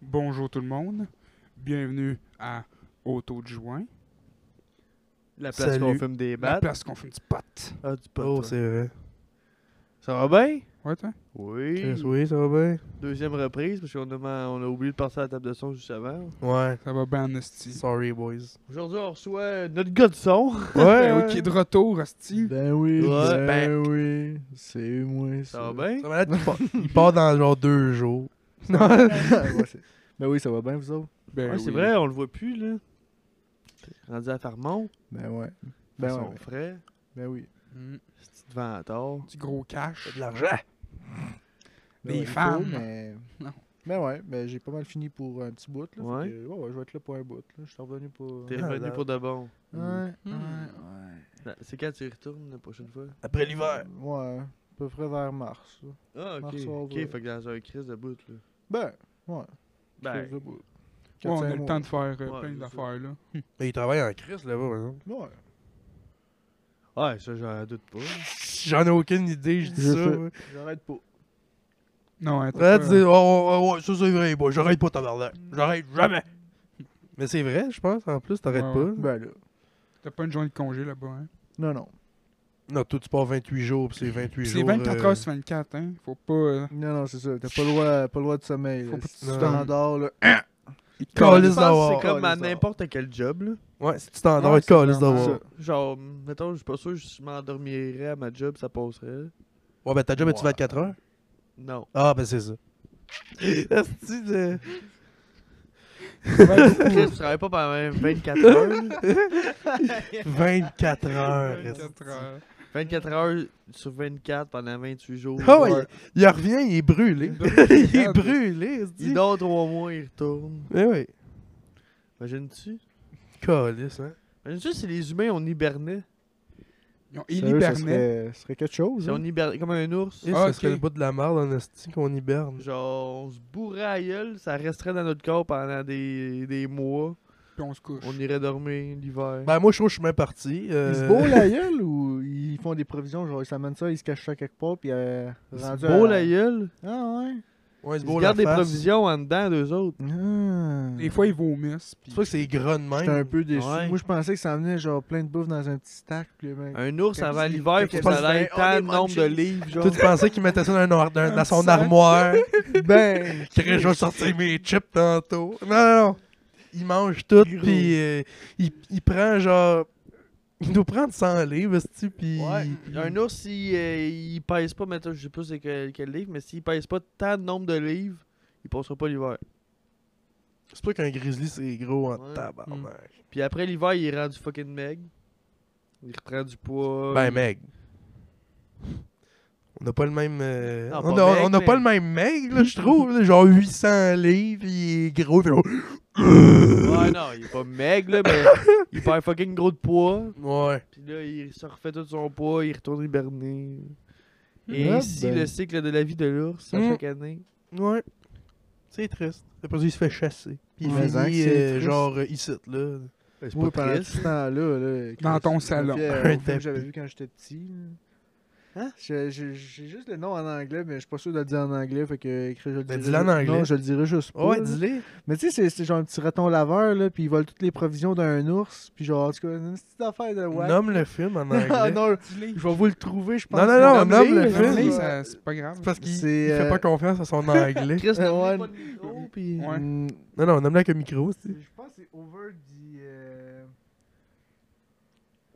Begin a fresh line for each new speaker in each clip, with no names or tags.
Bonjour tout le monde. Bienvenue à Auto de Juin.
La place qu'on
Salut.
fume des
La
battes.
place qu'on fait du pot.
Ah, du pot.
Oh,
Oh, c'est vrai.
Ça va bien?
Ouais, toi?
Oui.
Chris, oui, ça va bien?
Deuxième reprise, parce qu'on a, man- on a oublié de passer à la table de son juste avant.
Ouais.
Ça va bien, Asti.
Sorry, boys.
Aujourd'hui, on reçoit euh, notre gars de son.
Ouais,
Ben oui, qui est de retour, Asti.
Ben oui,
Ouais.
ben oui, c'est moi ça.
Ça va bien?
Ça va être- il part- Il part dans genre deux jours. Non.
Ouais, c'est- ben oui, ça va bien vous autres?
Ben
Ouais, c'est
oui.
vrai, on le voit plus, là. Rendu à Farmont,
Ben ouais.
ben
Ben
son
ouais, ouais.
frère,
ben oui.
Mm.
c'est petit vantard.
Du gros cash.
de l'argent.
Ben
Des
ouais, il faut,
femmes.
mais...
Non.
Ben ouais, ben j'ai pas mal fini pour un petit bout là. fait
Ouais.
que, ouais, ouais, je vais être là pour un bout là. Je suis revenu pour. euh,
T'es
Ouais,
revenu pour de bon.
ouais,
Mm.
ouais.
Là, Ben, C'est quand tu y retournes la prochaine fois?
Après l'hiver.
Ouais, à peu près vers mars. là.
Ah, ok.
Mars, on
Ok,
va.
fait que dans un crise de bout, là.
Ben, ouais.
Ben,
chose de bout.
Ouais, on a
400
le temps de faire euh,
Ouais,
plein
c'est
d'affaires, là.
Mais il travaille en crise là-bas, par exemple.
mots. Ouais.
ouais, ça, j'en doute pas.
J'en ai aucune idée, je dis
Je
ça.
sais.
ouais.
J'arrête pas.
Non, hein, t'as
Là,
pas-
tu dis, oh, oh, ouais, ça c'est vrai, boy. J'arrête pas, tabarnak. J'arrête jamais. Mais c'est vrai, je pense, en plus, t'arrêtes
Ouais,
pas.
Ben là.
t'as pas une journée de congé là-bas, hein?
Non, non.
Non, toi, tu pars 28 jours, puis c'est 28
Puis
jours.
C'est 24
euh,
heures sur 24, hein? Faut pas... euh,
Non, non, c'est ça. T'as pas le droit, pas le droit de sommeil.
Faut
là.
pas
Si
que
tu
tu
t'endors là.
Calice
Je pense que
d'avoir.
c'est comme à
Calice d'avoir.
n'importe quel job, là.
Ouais, c'est standard,
Ouais, c'est
calice
vraiment
d'avoir.
ça.
Genre, mettons, je suis pas sûr que je m'endormirais à ma job, ça passerait.
Ouais, ben ta job est-tu
Ouais.
24 heures?
Non.
Ah, ben c'est ça. Asti de-
Chris, tu travailles pas pendant même 24 heures. là.
24 heures. esti.
24 heures.
24 heures sur 24 pendant 28 jours.
Ah ouais, il, il revient, il est brûlé. il est brûlé,
Il
esti.
dort trois mois, il retourne.
Eh oui.
Imagines-tu?
Calice, hein.
Imagines-tu si les humains, on hibernait?
Ils ont
Sérieux, ça
hiberné.
serait, ça serait quelque chose.
Mm-hmm.
Si on
hein.
hibernait comme un ours,
Et
Ah,
ça
ok.
serait le bout de la merde en esti qu'on hiberne.
genre, on se bourrait à gueule, ça resterait dans notre corps pendant des, des mois.
Puis on se couche.
On irait dormir l'hiver.
Ben moi, je trouve que je suis bien parti. euh,
Ils se bourrent la gueule ou ils font des provisions, genre ils s'amènent ça, ils se cachent ça quelque part, puis euh,
Ils se
rendu
Beau
à-
la gueule.
Ah ouais.
Ouais, il se
Ils
bourre la
gardent des
face.
provisions en dedans d'eux autres.
Ah.
Des fois, ils vomissent. Puis...
C'est pour ça que c'est gras de même.
J'étais un peu déçu.
Ouais.
Moi, je pensais que ça emmenait genre plein de bouffe dans un petit stack, puis ben, le mec.
Un ours
Quand
avant
ils-
l'hiver, faut
quand
que
ils
ça aille
disent,
tant de
Ah, des
nombre de
munchies.
livres, genre.
Toi, tu pensais qu'il mettait ça dans, un or- dans- dans son
sac.
armoire.
Ben!
Chris, je vais sortir mes chips tantôt. Non, non, non. Il mange tout,
Gros.
puis euh, il, il prend genre. Il nous prend de 100 livres, esti, puis.
Ouais, un ours, s'il euh, il pèse pas, maintenant je sais pas c'est quel, quel livre, mais s'il pèse pas tant de nombre de livres, il passera pas l'hiver.
C'est pas qu'un grizzly, c'est gros en
Ouais.
tabarnak.
Puis après l'hiver, il est rendu fucking meg. Il reprend du poids.
Ben,
il-
Meg. On n'a pas le même. euh,
Non,
on
pas
a-
Meg,
on n'a
mais-
pas le même Meg, là, je trouve. là, genre 800 livres, il est gros, il fait genre-
Ouais, non, il est pas meg, là, mais il perd fucking gros de poids.
Ouais.
Puis là, il se refait tout son poids, il retourne hiberner. Et
Ah,
ainsi
ben.
le cycle de la vie de l'ours à
Mm.
chaque année.
Ouais. C'est triste. Après, ça, il se fait chasser. Puis il
Ouais, c'est vrai que
finit,
c'est
euh,
triste.
genre, euh, ici, là.
Ben, c'est
Moi,
pas
pendant tout
triste.
ce temps-là, là,
Dans
Chris,
ton
je me
salon.
fiais, euh,
Un
au film que
tapis.
j'avais vu quand j'étais petit. là.
Hein?
Je- je- J'ai juste le nom en anglais, mais je suis pas sûr de le dire en anglais, fait que Chris, je le
Ben,
dirai
dis-le en
ju-
anglais.
Non, je le dirai juste pas.
Ouais,
là.
dis-le.
Mais tu sais, c'est- c'est genre un petit raton laveur, là, puis ils volent toutes les provisions d'un ours, puis genre, en tout cas, une petite affaire de wack.
Nomme le film en anglais.
Ah non,
Dis-les.
je vais vous le trouver, je pense.
Non, non, non,
Nomme-les,
nomme le
Non,
film.
mais
nomme-les.
ça- C'est pas grave.
C'est parce qu'il
C'est,
il fait
euh,
pas confiance à son anglais.
Chris,
Euh,
t'as
ouais.
pas de micro, puis...
Ouais.
Mm,
non, non, nomme-le avec un micro, c'est.
Je pense que c'est Over the. euh,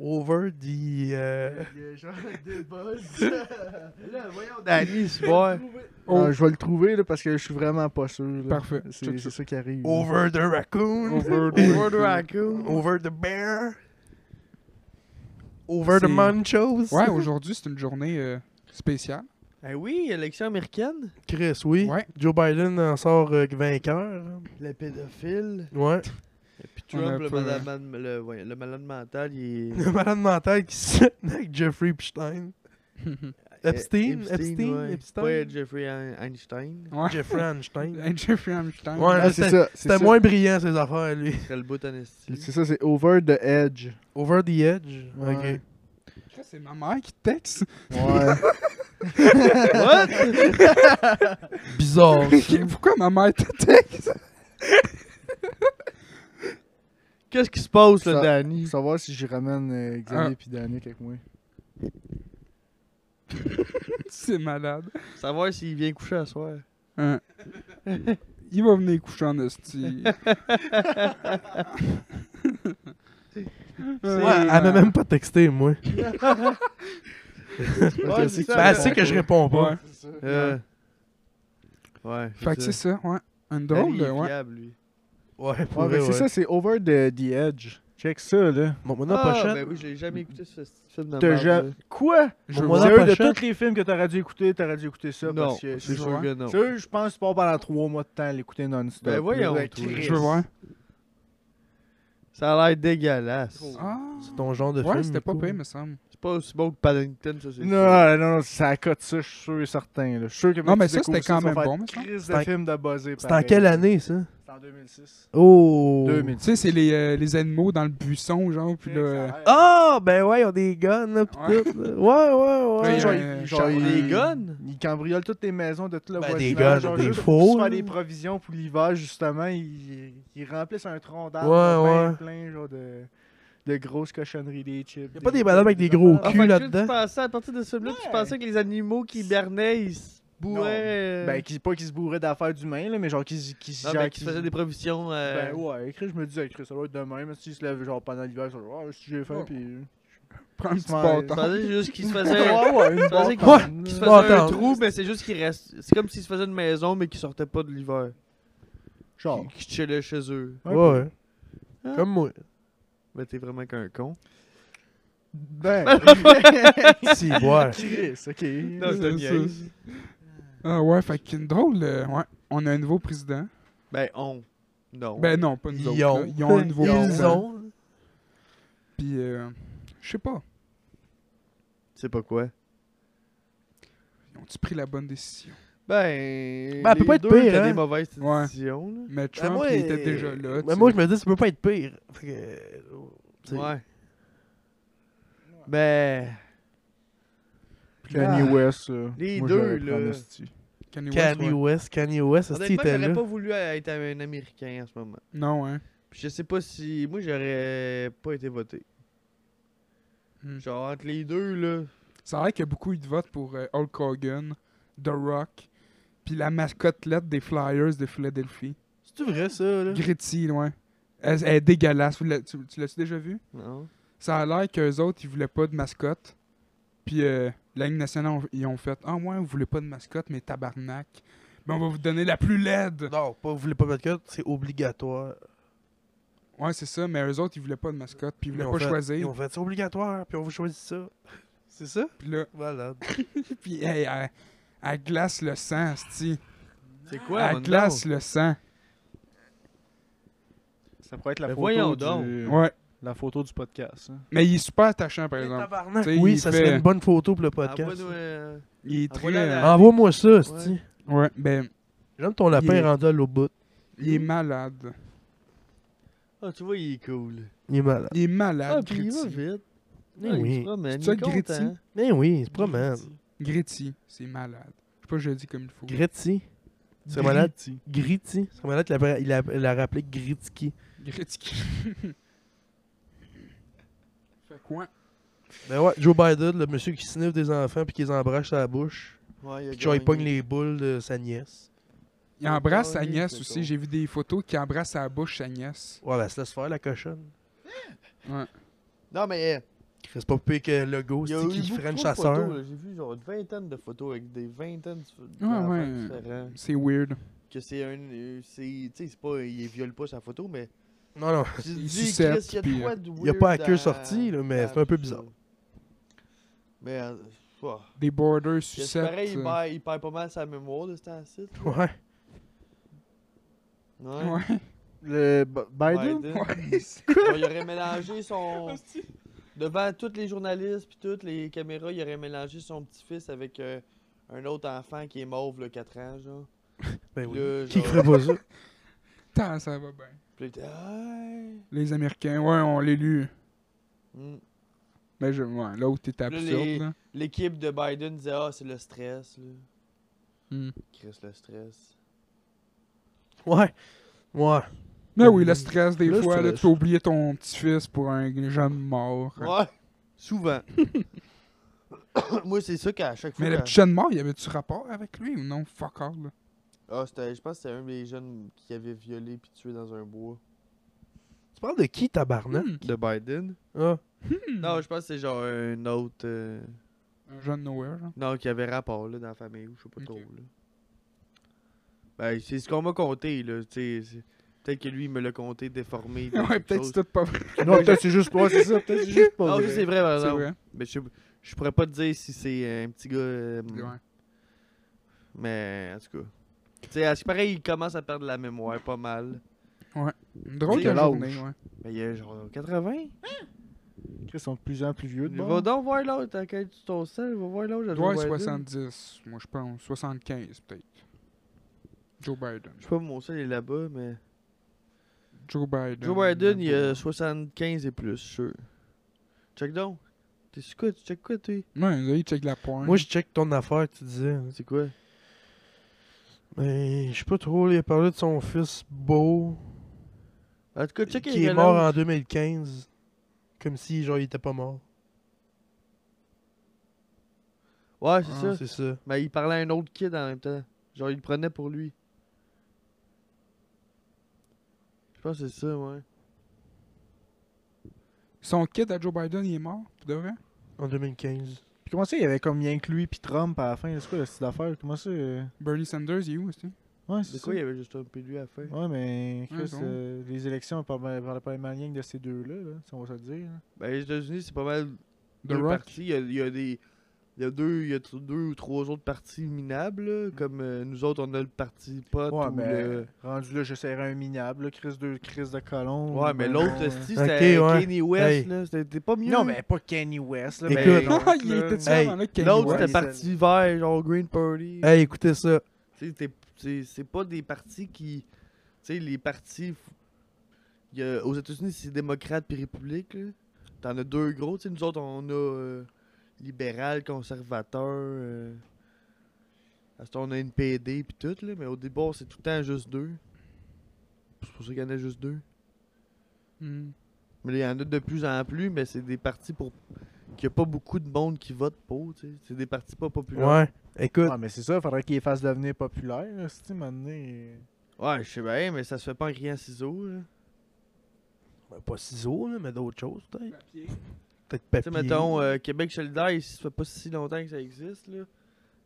Over the. euh,
the- genre, the buzz.
Là, voyons, Danny, c'est bon.
Oh.
Ah, je vais le trouver, là, parce que je suis vraiment pas sûr. là.
Parfait.
C'est
Check
c'est
ça.
ça qui arrive. là.
Over the raccoon.
Over the-
Over the raccoon.
Over the bear. Over the
C'est-
manchos.
Ouais, aujourd'hui, c'est une journée euh, spéciale.
Eh oui, élection américaine.
Chris, oui.
Ouais.
Joe Biden en sort euh, vainqueur.
Le pédophile.
Ouais.
Et puis
On a
Trump, le,
pas-
malade, le, ouais, le malade mental, il est... euh,
Le malade mental qui se tenait avec Jeffrey Epstein. Epstein,
Eh,
Epstein,
ouais.
Epstein.
Pas Jeffrey Ein- Einstein.
Ouais.
Jeffrey Einstein.
Hey, Jeffrey Einstein.
Ouais,
Ah, c'est ça. c'est
C'était
ça.
moins brillant ses affaires, lui.
Ce serait le bout en esti.
C'est ça, c'est Over the Edge.
Over the edge.
Ouais.
Ok.
Ça, C'est ma mère qui texte.
What?
Ouais.
Bizarre.
Oh,
Pourquoi ma mère te texte
Qu'est-ce qui se passe, là,
Ça-
Danny?
Pour savoir si je ramène euh,
Ah.
Xavier puis Danick avec moi.
C'est malade.
Savoir s'il vient coucher à soir.
Hein. Il va venir coucher en hostie.
C'est-
Ouais,
euh,
elle m'a même pas texté, moi.
Ouais, c'est
Ben,
là.
elle sait que je réponds pas.
Ouais.
Euh, Ouais.
Fait que c'est ça, ouais. Un drôle,
Danny, il
de-
est
ouais.
fiable, lui.
Ouais, pour
Ouais,
vrai,
mais c'est
ouais.
ça, c'est Over the, the Edge. Check ça, là.
Mon mon hein.
Ah,
pochette.
ben oui, j'ai jamais écouté ce ce film de
T'as
merde,
ja-
là.
Quoi?
Je
Je
vois
sérieux, de
Pochette.
tous les films que t'aurais dû écouter, t'aurais dû écouter ça.
Non,
parce que,
c'est
c'est
sûr
vrai.
que non.
Sérieux, je pense que tu pars pendant trois mois de temps à l'écouter non-stop.
Ben voyons,
là,
toi.
Chris.
Je veux voir.
Ça a l'air dégueulasse.
Ah.
C'est ton genre de film.
Ouais, c'était pas
Nico.
payé, me semble.
C'est pas aussi bon que Paddington, ça, c'est sûr.
Non, non, non, ça accote ça, je suis sûr et certain. là. Je suis sûr que
Non, mais
tu
ça,
découvres
c'était quand
tu vas
même
faire
bon, me semble.
Chris
C'est en-
de film de buzzer.
C'est en quelle année, ça?
C'est en 2006.
Oh!
2000.
Tu sais, c'est les, euh, les animaux dans le buisson, genre, puis euh, le...
Ah! ben ouais, ils ont des guns, là, pis
Ouais.
tout. là. Ouais, ouais,
Ouais,
ouais.
ils
genre,
ont-
il-
genre,
genre,
Des
il-
guns?
Ils cambriolent toutes les maisons de tout le
Ben,
voisinage.
des guns,
genre,
des
juste
faux,
Pour se
là.
faire des provisions pour l'hiver, justement, ils, ils remplissent un tronc d'arbre
Ouais,
là, ben,
ouais.
plein, plein genre, de, de grosses cochonneries, des chips.
Y'a pas des madames avec des gros
Ah,
cul
fait que
là-dedans.
Tu pensais, à partir de ce film-là, tu
Ouais.
pensais que les animaux qui hibernaient, ils se bourraient. euh,
Ben, qui, pas qu'ils se bourraient d'affaires d'humains, là, mais genre qu'ils qui
non, ben, qu'ils se faisaient des provisions. euh,
Ben ouais, Chris, je me disais, Chris, ça doit être demain, mais s'ils se lèvent genre pendant l'hiver, ils sont genre, ah, si j'ai faim,
Ouais.
puis.
Prends un petit
Ouais.
Je
bâton.
pensais juste qu'ils se faisaient.
Ouais, ouais, une
Ça veut
bonne
dire qu'ils-
tarte,
qu'ils se
là.
faisaient un
Bâtard.
trou, mais c'est juste qu'ils restent. C'est comme s'ils se faisaient une maison, mais qu'ils sortaient pas de l'hiver.
Genre.
Qu'ils qu'ils chillaient chez eux.
Ouais.
Ouais.
Ah.
Comme moi.
Ben, t'es vraiment qu'un con.
Ben.
Si, ouais.
Chris, ok.
Non, je te
C'est
niaise.
Ah ouais, fait qu'une drôle, euh, ouais. On a un nouveau président.
Ben, on. Non.
Ben non, pas nous autres.
Ils
là.
ont.
Ils ont un nouveau
Ils
président.
ont.
Puis, euh, je sais pas.
C'est pas quoi.
Ils ont-tu pris la bonne décision?
Ben.
Ben, elle peut
les
pas être
deux
pire,
étaient
hein.
des mauvaises
Ouais.
décisions, là.
Mais
Ben,
Trump,
moi,
il était déjà là.
Ben,
tu
moi,
sais.
je me dis, ça peut pas être pire. Fait que, euh, tu sais.
Ouais. Ben.
Kanye
Ah.
West, là.
Les
Moi,
deux,
j'aurais pris
là.
en esti.
Kanye West,
Kanye
ouais.
West, Kanye West, est-ce qu'il
Honnêtement,
était là?
j'aurais pas voulu être un Américain en ce moment.
Non, hein.
Puis je sais pas si. Moi, j'aurais pas été voté.
Hmm.
Genre, entre les deux, là.
Ça a l'air qu'il y a beaucoup eu de votes pour euh, Hulk Hogan, The Rock, puis la mascotte lettre des Flyers de Philadelphie.
C'est-tu vrai, ça, là?
Gritty, loin. Elle, elle est dégueulasse. Vous l'a- tu tu l'as-tu déjà vu?
Non.
Ça a l'air qu'eux autres, ils voulaient pas de mascotte. Puis euh, la Ligue nationale, on- ils ont fait Ah, ouais, vous voulez pas de mascotte, mais tabarnak. Ben, on va vous donner la plus laide.
Non, pas, vous voulez pas mettre code, c'est obligatoire.
Ouais, c'est ça, mais eux autres, ils voulaient pas de mascotte, puis ils voulaient
ont
pas
fait- Ils
choisir.
ont fait, c'est obligatoire, puis on vous choisit ça. C'est ça? Ben,
Puis là,
Malade.
puis hey, elle, elle glace le sang, Sti.
C'est quoi,
Elle
Mondo?
glace le sang.
Ça pourrait être la
Ben
photo.
voyons
du...
donc.
Ouais.
La photo du podcast. hein.
Mais il est super attachant, par
Eh,
exemple.
tabarnak,
Tu sais,
Oui,
il
ça
fait-
serait une bonne photo pour le podcast.
Envoie-nous, euh,
Il est
Ah,
très.
voilà la-
euh,
Envoie-moi ça,
Ouais.
Sti.
Ouais, ben,
J'aime ton lapin
Il est-
rendu à l'autre bout.
il est malade.
Ah, tu vois, il est cool.
Il est malade.
Il est malade,
Ah, puis il va
Gritty.
vite.
Eh
Ah, il se
oui.
promène,
C'est
il est
ça, le Gritty?
content.
Mais oui, c'est pas mal.
Gritty, c'est malade. Je sais pas, je le dis comme il faut.
Gritty. C'est malade.
Gritty.
Gritty. C'est malade qu'il a- il a, il a rappelé Gritty.
Gritty. fait quoi?
Ben ouais, Joe Biden, le monsieur qui sniffe des enfants puis qui les embrasse à la bouche.
Ouais, il a
Puis genre, il
gagné.
pogne les boules de sa nièce.
Il embrasse sa
Ah oui,
nièce
c'est
aussi.
con.
J'ai vu des photos qui embrasse à la bouche sa nièce.
Ouais, ben, se laisse faire la cochonne.
Non, mais euh,
C'est pas pire que le go,
il y a eu
qui
beaucoup
ferait une
trop de
chasseur.
photos, là. J'ai vu genre une vingtaine de photos avec des vingtaines de
Ah, ouais.
différents.
C'est weird.
Que c'est un... euh, c'est- Tu sais, c'est pas... Il viole pas sa photo, mais...
Non, non.
Tu te
Il
dis,
sucette,
Chris, il y a de
puis, euh,
quoi de
il y a pas la
weird
queue
dans-
sortie, là, mais
dans
c'est un peu
tout
bizarre.
ça. Mais... euh, ouah.
Des borders
Puis C'est
sucettes.
pareil, il
euh,
perd, il perd pas mal sa mémoire de ce temps-ci.
Ouais.
Ouais.
Ouais.
Le B- Biden?
Biden.
euh. Ouais.
Genre, il aurait mélangé son. Devant tous les journalistes puis toutes les caméras, il aurait mélangé son petit-fils avec euh, un autre enfant qui est mauve, le 4 ans, genre. Puis
Ben oui.
là,
Qui
genre,
ferait pas ça?
Tant, ça va bien.
puis il était, Ah, Hey.
Les Américains, ouais, on l'a lu.
Mm.
Mais je, ouais, l'autre était
Là,
absurde,
les-
là.
L'équipe de Biden disait Ah, c'est le stress, là.
Hmm.
Chris, le stress.
Ouais. Ouais.
Mais oui, le stress, des
Le
fois, là,
stress.
tu peux oublier ton petit-fils pour un jeune mort.
Ouais. Souvent. Moi, c'est ça qu'à chaque fois.
Mais le
quand-
petit jeune mort, y avait-tu rapport avec lui ou non? Fuck all, là.
Ah, c'était- je pense que c'était un des jeunes qui avait violé puis tué dans un bois.
Tu parles de qui, tabarnak?
Hmm.
De Biden
Ah.
Non, je pense que c'est genre un autre. euh,
Hmm. Un jeune nowhere, genre.
Non, qui avait rapport là, dans la famille ou je sais pas
Ok.
trop. Là. Ben, c'est ce qu'on m'a conté. là. tu sais, c'est- Peut-être que lui, il me l'a conté déformé.
Ouais, peut-être que c'est tout pas vrai,
Non, peut-être c'est juste pas. Ouais, c'est ça, peut-être c'est juste
Ah,
Non,
pas.
Ah c'est vrai, par
c'est
exemple.
vrai.
Mais je, je pourrais pas te dire si c'est euh, un petit gars. euh,
Ouais.
Mais en tout cas. Tu sais, à ce qui paraît, il commence à perdre la mémoire pas mal.
Une drôle de
Quel
journée,
âge?
ouais.
Mais il a genre 80.
Ils sont de plus en plus vieux de bord.
Va donc voir l'autre, hein, quand tu t'en sers, va voir l'autre. je dois
Ouais,
voir
70, moi je pense. 75 peut-être. Joe Biden.
Je sais pas, mon seul est là-bas, mais.
Joe Biden.
Joe Biden, il a 75 et plus, je suis sûr. Check donc. T'es sur quoi? Tu check quoi, toi?
Ouais, là, il check la pointe.
Moi, je check ton affaire, tu disais.
C'est quoi?
Mais je sais pas trop, il a parlé de son fils beau,
En tout cas, check
qui est mort en 2015. Comme si, genre, il était pas mort.
en... Ouais, c'est
Ah,
ça.
C'est ça.
Mais il parlait à un autre kid en même temps. Genre, il le prenait pour lui. Je pense que c'est ça, ouais.
Son kid à Joe Biden, il est mort, pour de vrai?
En 2015.
Puis comment ça, il y avait comme rien que lui puis Trump à la fin, c'est quoi le style d'affaire? Comment ça? euh,
Bernie Sanders, il est où, aussi?
Ouais,
C'est
c'est
quoi,
ça.
il y Ah, avait juste un peu de lui à faire?
Ouais, mais
Ouais,
Chris,
c'est bon.
euh, les élections par la première ligne de ces deux-là, là, si on va se le dire. là.
Ben, les États-Unis, c'est pas mal
The
deux
Rock.
partis. Il y a, il y a des. Il y a deux, il y a t- deux ou trois autres partis minables, là, comme euh, nous autres, on a le parti pot
Ouais,
ou
mais
le...
rendu là, je serais un minable, là, Chris de, Chris de colon.
Ouais, mais
ben,
l'autre,
non, euh,
esti,
Ok,
c'était
ouais.
Kanye West,
Hey.
là. C'était pas mieux.
Non, mais pas Kanye West, là.
Écoute.
ben, non,
Ah, il
là.
était
Hey,
là, Kanye
L'autre,
West.
c'était
Ouais.
parti vert, genre Green Party.
Hey, écoutez ça.
Tu sais, t'es- c'est- c'est pas des partis qui. Tu sais, les partis. f- y a- aux États-Unis, c'est démocrate puis république, là. T'en as deux gros. Tu sais, nous autres, on a euh, libéral, conservateur. euh, à ce temps, on a une PD puis tout, là. Mais au départ, c'est tout le temps juste deux. C'est pour ça qu'il y en a juste deux. Mm.
Hmm.
Mais il y en a de plus en plus, mais c'est des partis pour. qu'il n'y a pas beaucoup de monde qui vote pour, tu sais. C'est des partis pas populaires.
Ouais. Écoute,
Ah, mais c'est ça, faudrait qu'il les fasse devenir populaire, là, si tu m'amener.
Ouais, je sais bien, mais ça se fait pas en criant ciseaux, là.
ben, pas ciseaux, là, mais d'autres choses, peut-être.
Papier.
Peut-être
Tu sais,
papier.
mettons, euh, Québec solidaire, ça fait pas si longtemps que ça existe, là.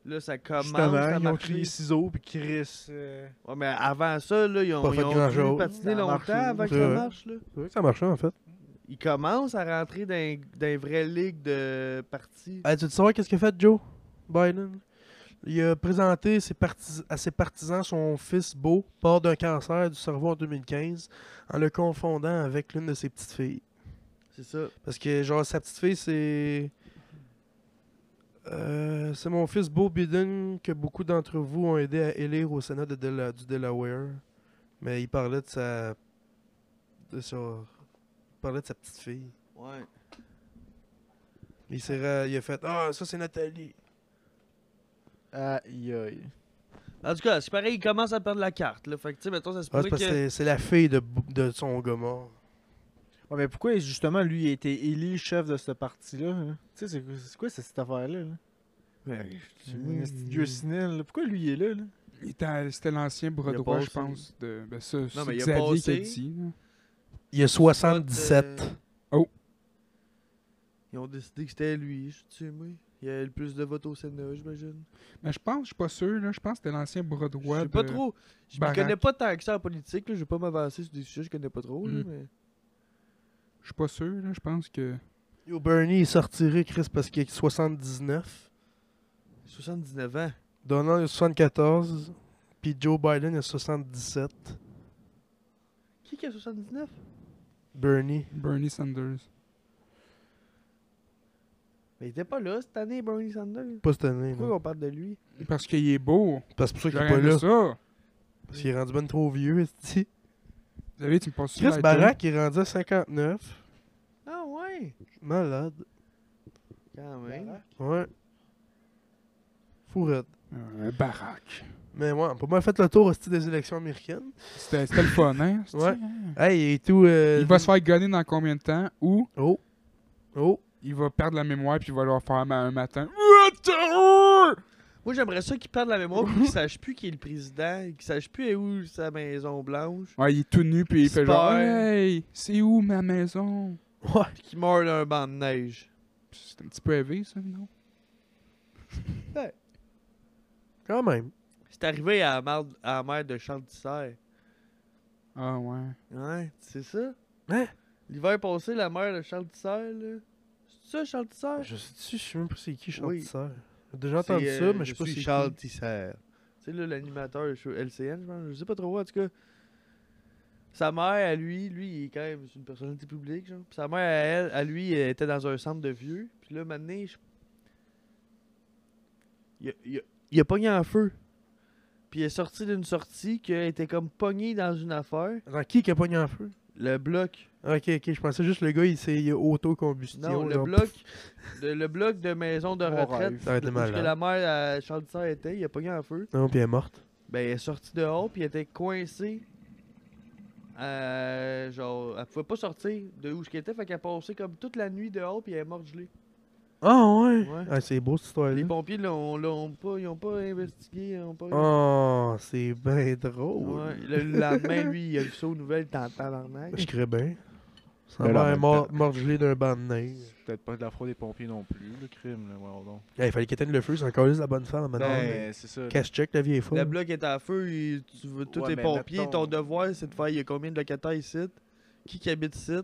Là, ça commence
Justement,
à
ils ont
marcher.
crié ciseaux, puis Chris. euh,
Ouais, mais avant ça, là, ils ont,
Pas
ils
fait
ont
grand-chose.
dû patiner
Ça a
longtemps
marché,
avant que
c'est
ça
vrai.
marche, là.
C'est vrai que ça marchait, en fait.
Ils commencent à rentrer dans, dans les vraies ligues de partis.
Hey, tu veux savoir qu'est-ce qu'il a fait, Joe Biden? Il a présenté ses partis- à ses partisans son fils beau, mort d'un cancer du cerveau en 2015, en le confondant avec l'une de ses petites filles.
C'est ça.
Parce que, genre, sa petite fille, c'est. Euh, c'est mon fils Beau Biden que beaucoup d'entre vous ont aidé à élire au Sénat de Dela- du Delaware. Mais il parlait de sa. de sa. Il parlait de sa petite fille.
Ouais.
Il, s'est ra- il a fait Ah, ça c'est Nathalie.
Aïe, aïe.
En tout cas, c'est pareil, ils commencent à perdre la carte, là. Fait que, tu sais, mettons, ça se
Ah,
pourrait
c'est parce que
que...
c'est- c'est la fille de, Bou- de son gars mort.
Ouais, mais pourquoi justement lui il a été élu chef de ce parti-là? hein? Tu sais, c'est quoi- c'est quoi cette cette affaire-là? Là? Hmm.
Ouais,
Un Ben, esti de Dieu senile, là. Pourquoi lui il est là? là?
Il était à- C'était l'ancien bras
Il a
droit,
passé.
je pense, de... Ben ça, c'est
mais il a
Xavier qui a
passé.
dit, là.
Il a 77.
Euh,
Oh.
Ils ont décidé que c'était lui, je sais, moi. Il y a le plus de votes au Sénat, j'imagine.
Mais je pense, je suis pas sûr, là, je pense que c'était l'ancien bras droit
Je sais
de...
pas trop. Je me
ben, Barack.
connais pas tant que ça en politique. Là. Je vais pas m'avancer sur des sujets que je connais pas trop. Là,
Mm.
mais...
Je suis pas sûr, là, je pense que...
Yo, Bernie, il sortirait, Chris, parce qu'il a 79.
79 ans.
Donald, il a 74. Puis Joe Biden, il a 77.
Qui qui a 79
Bernie.
Bernie Sanders.
Mais il était pas là cette année, Bernie Sanders.
Pas cette année.
Pourquoi
non.
on parle de lui
Parce qu'il est beau.
Parce que c'est pour ça qu'il est
J'aurais
pas
aimé
là.
ça.
Parce qu'il est rendu ben trop vieux, esti.
Vous savez, tu me passes sur
Chris Barak, il est rendu à 59.
Ah ouais
Malade.
Quand même.
Ouais. Fourette.
Un baraque.
Mais ouais, on peut pas fait le tour aussi des élections américaines.
C'était c'était le fun, hein? c'est-tu,
Ouais.
hein?
Hey, et tout. euh,
Il va se faire gonner dans combien de temps ou
Oh. Oh.
il va perdre la mémoire puis il va leur faire ma- un matin.
Moi, j'aimerais ça qu'il perde la mémoire, puis qu'il sache plus qui est le président, qu'il sache plus est où sa maison blanche,
Ouais, il est tout nu puis il
Il se
fait genre
perd.
Hey, c'est où ma maison?
Ouais.
puis qu'il meurt d'un banc de neige.
C'est un petit peu élevé, ça, non?
Quand même.
C'est arrivé à la, mar- à la mère de Charles Tissère.
Ah ouais.
Ouais, c'est ça?
Hein?
L'hiver passé, la mère de Charles Tissère, là. C'est ça, Charles Tissère?
Ah, Je sais-tu, je sais même pas c'est qui Charles
Oui.
Tissère. J'ai déjà entendu
C'est,
ça,
euh,
mais je sais pas
suis
c'est
Charles
qui.
Tisser. Tu sais, là, l'animateur sur LCN, je pense, je sais pas trop, en tout cas. Sa mère, à lui, lui, il est quand même c'est une personnalité publique, genre. Puis sa mère, à elle, à lui, elle était dans un centre de vieux. Puis là, maintenant, je... il, a, il, a, il a pogné en feu. Puis il est sorti d'une sortie qui était comme pogné dans une affaire.
Dans qui qui a pogné en feu? Ah,
Le bloc.
Ok, ok, je pensais juste le gars, il s'est il a auto-combustion.
Non, le
genre,
bloc.
pff,
De, le bloc de maison de
Mon
retraite.
rêve.
Ça va être hein.
Parce que
malade.
la mère à Charles Tisser était, il a pogné en feu.
Non, puis elle est morte.
Ben, elle est sortie dehors, puis elle était coincée. Euh, genre, elle pouvait pas sortir de où qu'elle était, fait qu'elle passait comme toute la nuit dehors, puis elle est morte gelée.
Ah ouais?
Ouais.
Ah, c'est beau cette
Les
histoire-là.
pompiers l'ont, l'ont pas, ils ont pas investigué, ils ont pas.
Oh, c'est bien drôle.
Ouais, le lendemain, lui, il a vu ça aux nouvelles, t'es en tabarnak.
Je crée bien. Sa
Mais là, en
mère est
même
mor- morte gelée d'un banc de neige.
Peut-être pas de la fraude des pompiers non plus, le crime, là, voyons donc.
Eh, il fallait qu'il éteigne le feu, c'est encore juste la bonne femme maintenant.
Ben, c'est
euh,
ça.
Cash-check, la vieille folle.
Le bloc est à feu, et tu veux tous
Ouais,
les
mais
pompiers, ton
mettons-
devoir, c'est de faire, il y a combien de locataires ici, qui qui habite ici. Là,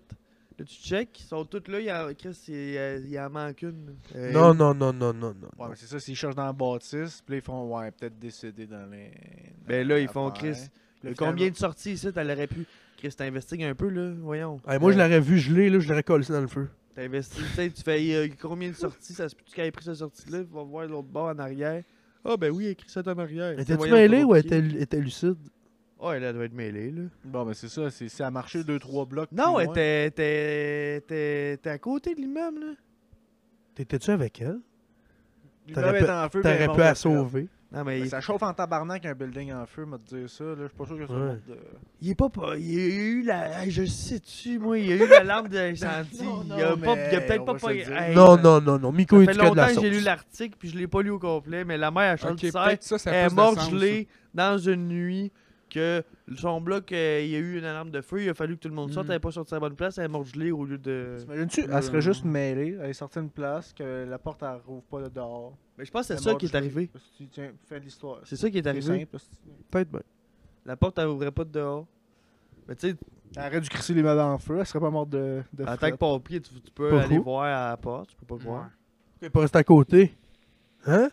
tu check, ils sont tous là, il y a, Chris, il y a- il y en manque une. Euh,
Non, non, non, non, non, non.
Ouais, mais c'est ça, s'ils cherchent dans la bâtisse, puis là, ils font, ouais, peut-être décédé dans les.
Ben là, ils font Chris.
Le
combien de sorties ici, elle aurait pu. Chris, t'investigues un peu, là, voyons.
Eh, moi, je l'aurais vu gelé, là, je l'aurais collé dans le feu.
T'investigues, tu sais, tu fais euh, combien de sorties, ça se peut-tu qu'elle ait pris cette sortie-là, va voir l'autre bord en arrière. Ah, ben oui, elle a écrit ça en arrière.
Était-tu
Voyons,
mêlé
t'as
ou
pas pied.
était-elle était lucide?
Ah, elle elle doit être mêlée, là.
Bon, ben c'est ça, c'est c'est à marcher 2-3 blocs.
Non,
plus
elle
loin.
était- était. T'es, à côté de l'immeuble, là.
T'étais-tu avec elle?
L'immeuble
t'aurais
est en feu, puis elle
T'aurais
est morte
pu
de
la
feu.
sauver.
Non, mais
Ben,
il,
Ça chauffe en tabarnak un building en feu, m'a te dire ça, là. Je suis pas sûr que ça
Ouais.
monte de.
il est pas. pas- Il a eu la. hey, Je sais-tu, moi, il a eu la lampe d'incendie.
Non,
il, a
non,
pas, il a
mais
peut-être
on
pas.
va se
pas
le dire.
hey,
Non,
ça-
non, non, non. Miko
Ça
est
fait
du cas de
longtemps
la
que j'ai lu
sauce.
l'article, puis je l'ai pas lu au complet, mais la mère à Charles
Ok,
Tisser,
peut-être ça, ça a
Elle est
plus de sens.
morte gelée dans une nuit que son bloc, euh, il y a eu une alarme de feu, il a fallu que tout le monde sorte,
Mhm.
elle n'est pas sortie à la bonne place, elle est morte gelée au lieu de...
T'imagines-tu, elle serait juste mêlée, elle est sortie d'une place, que la porte, elle rouvre pas de dehors.
Mais je pense que
Elle
c'est ça
morte
qui est
gelée.
arrivé.
Parce que tu- Tiens, fais de l'histoire.
C'est ça qui est
C'est
arrivé.
simple, parce que-
Peut-être bien.
La porte, elle ouvrait pas de dehors. Mais tu sais,
Elle aurait dû crisser les meubles en feu, elle serait pas morte de. de
en tant
frette.
que pompier, tu, tu peux
Pas
aller
fou.
voir à la porte, tu peux pas voir.
Elle est pas restée à côté. Hein?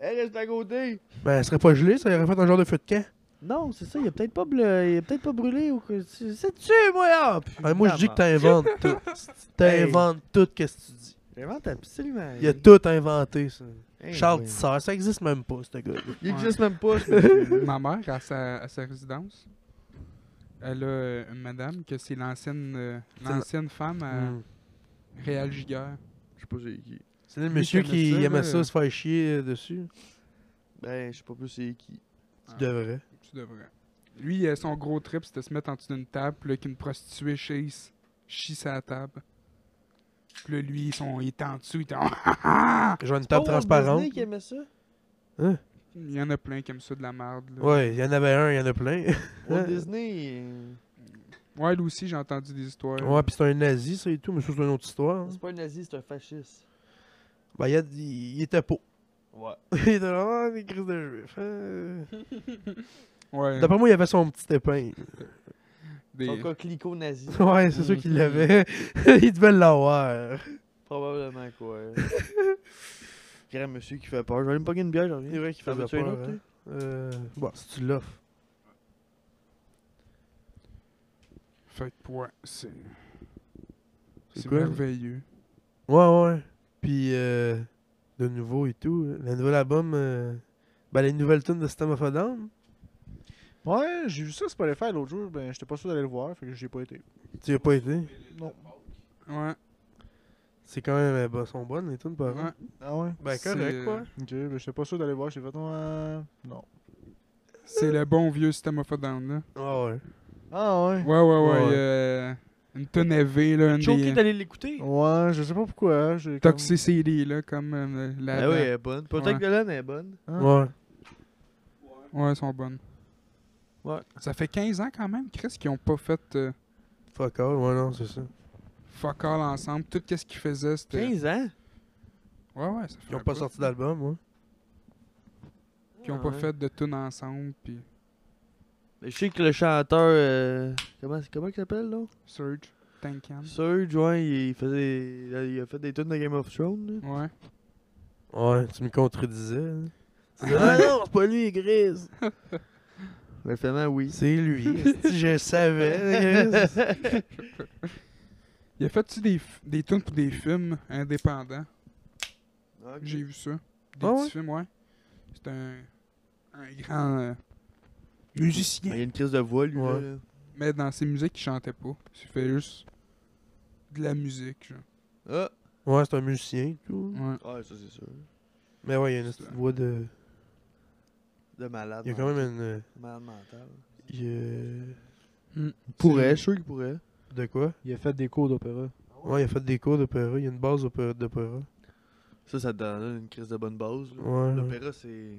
Elle reste à côté!
Ben, elle serait pas gelée, ça aurait fait un genre de feu de camp.
Non, c'est ça, il a peut-être pas, bleu- il a peut-être pas brûlé ou que... tu- C'est tu, moi, là!
Ah, moi, je dis que t'inventes tout. T'inventes tout, qu'est-ce que tu dis.
J'invente absolument.
Il a tout inventé, ça.
Hey,
Charles
oui.
Tisseur, ça existe même pas, ce gars-là.
Il existe même pas, ce
Ma mère, à sa, à sa résidence, elle a euh, une madame que c'est l'ancienne euh,
C'est la-
l'ancienne femme à
Hmm.
Réal Giguère.
Je sais pas c'est qui.
C'est le monsieur
qui
qui
aimait ça,
aimait
là.
ça, se faire chier euh, dessus.
Ben, je sais pas plus c'est qui.
Tu devrais.
Ah, Tu devrais. Lui, euh, son gros trip, c'était de se mettre en dessous d'une table, puis là, qu'une prostituée chisse, chisse à la table. Puis là, lui, son, il était en dessous, il était...
Genre une
C'est pas
table
Oh, Walt
transparente.
Disney qui aimait ça?
Il y en a plein qui aiment ça de la merde. là.
Ouais, il y en avait un, il y en a plein.
Walt Disney, euh,
Ouais, lui aussi, j'ai entendu des histoires.
ouais, pis c'est un nazi, ça et tout, mais ça, c'est une autre histoire. hein.
c'est pas un nazi, c'est un fasciste.
Ben, il, y a- il- il était pas.
Ouais.
il était vraiment des crises de juifs. hein.
Ouais,
D'après moi, il avait son petit épingle.
des-
Son coquelicot nazi.
Ouais, c'est sûr qu'il l'avait. il devait l'avoir.
Probablement quoi. Grand monsieur qui fait peur. Je vais aller me pogner une bière, j'en
C'est
reviens.
vrai qu'il
T'en
faisait
veux-tu une
peur.
autre,
hein. Euh, bon, si tu l'offres.
Fait que, ouais, c'est...
C'est
C'est
quoi?
merveilleux.
Ouais, ouais. Puis, euh, de nouveau et tout, hein, le nouvel album, euh, ben, les nouvelles tunes de System of a Down.
Ouais, j'ai vu ça, c'est pas le faire l'autre jour, ben j'étais pas sûr d'aller le voir, fait que j'ai pas été.
Tu y as pas été.
Non.
Ouais,
C'est quand même, euh, ben, sont bonnes les tunes, par
ouais.
contre.
Ah ouais?
Ben,
C'est-
correct, quoi.
Ok, ben j'étais pas sûr d'aller voir, j'ai fait non. euh, Non.
C'est le bon vieux système of a Down, là.
Ah ouais.
Ah ouais.
Ouais, ouais, ouais.
Ouais.
euh, une tonne AV, là, une
Choqué
des... euh,
d'aller l'écouter.
Ouais, je sais pas pourquoi. j'ai comme-
Toxicity, là, comme euh, la...
Ben
Ah oui, elle est bonne. Peut-être
Ouais.
que Lane est bonne.
Ah.
Ouais.
Ouais, elles sont bonnes.
Ouais.
Ça fait 15 ans quand même, Chris, qu'ils ont pas fait euh,
Fuck all, ouais, non, c'est ça.
fuck all ensemble. Tout ce qu'ils faisaient, c'était...
15 ans?
Ouais, ouais, ça fait
Ils ont
un
pas
bout.
sorti d'album, ouais.
Qui ont
Ah
pas
ouais.
fait de tunes ensemble, puis
Mais je sais que le chanteur. euh, comment, comment il s'appelle, là?
Surge, Tankan.
Surge, ouais, il, faisait, il a fait des tunes de Game of Thrones. là.
Ouais.
Ouais, tu me contredisais. hein.
ah non, c'est pas lui, Gris! Mais finalement, oui.
C'est lui. esti, je savais.
Il a fait-tu des, f- des tunes pour des films indépendants? J'ai vu ça. Des
Ah
petits
ouais?
films, ouais. C'est un, un grand euh, musicien.
Il y a une crise de voix, lui.
Ouais.
là.
Mais dans ses musiques, il chantait pas. Il fait juste de la musique, genre.
Ah!
ouais, c'est un musicien. tout.
Ouais.
Ah, ça, c'est sûr.
Mais ouais, il y a une petite voix de.
De malade.
Il y a quand même une. euh,
Malade mental.
il y
Pourrait, je suis sûr qu'il pourrait.
a- De quoi
Il a fait des cours d'opéra.
Ouais, il a fait des cours d'opéra. Il y a une base d'opéra- d'opéra.
Ça, ça te donne une crise de bonne base. là.
Ouais.
L'opéra, c'est.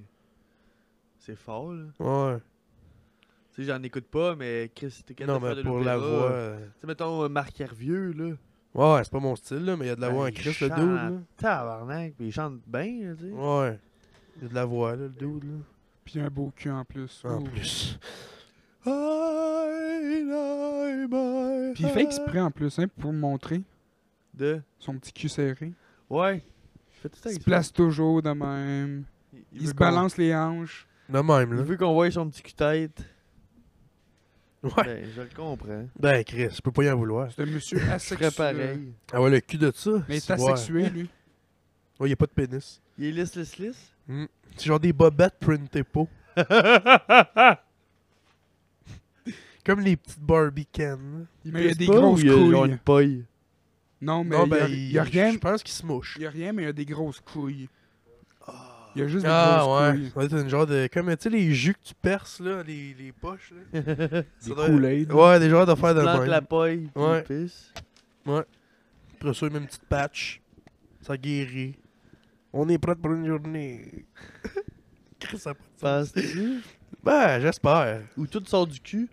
C'est fort, là.
Ouais.
Tu sais, j'en écoute pas, mais Chris, t'es
non,
capable de faire
mais
de
pour la
l'opéra.
voix. euh,
Tu sais, mettons euh, Marc Hervieux, là.
Ouais, ouais, c'est pas mon style, là, mais il y a de la
Ben,
voix en
il
Christ, le
chante.
dude.
Tabarnak, pis il chante bien, là, tu sais.
Là. Ouais. Il y a de la voix, là, le dude. Là.
Puis un beau cul en plus.
Ah, En
Ouh.
plus.
Puis il fait exprès en plus, hein, pour montrer
De.
son petit cul serré.
Ouais. Il fait tout ça
Il se
exprès.
place toujours de même.
Il,
Il,
veut
se
qu'on-
balance les hanches.
De même,
Il
là.
veut qu'on voie son petit cul-tête.
Ouais.
Ben, je le comprends.
Ben, Chris, je peux pas y en vouloir.
C'est un monsieur
Je ferais
asexué.
pareil.
Ah ouais, le cul de ça.
Mais il est
c'est- ouais.
asexué, lui.
Ouais, il y a pas de pénis.
Il est lisse, lisse, lisse.
C'est genre des bobettes printées pas. Comme les petites Barbie can.
Mais il y a
pisse
des
pas ou
grosses
il a genre
couilles.
une paille.
Non, mais
Non,
il y
ben,
a- il y a rien.
Je pense qu'ils se mouchent.
Il y a rien, mais il y a des grosses couilles. Il y a juste des
Ah
grosses
ouais. Ça doit être une genre de. Comme, tu sais, les jus que tu perces, là, les, les poches, là. Ça doit-
couilles. Kool-Aid.
Ouais, des genres d'affaires
Il
de
se plante
même.
la paille, puis
Ouais.
il pisse.
Après ça, il met une petite patch. Ça guérit. On est prêt pour une journée. Chris, ça a pas de sens.
Penses-tu?
Ben, j'espère.
Ou tout sort du cul.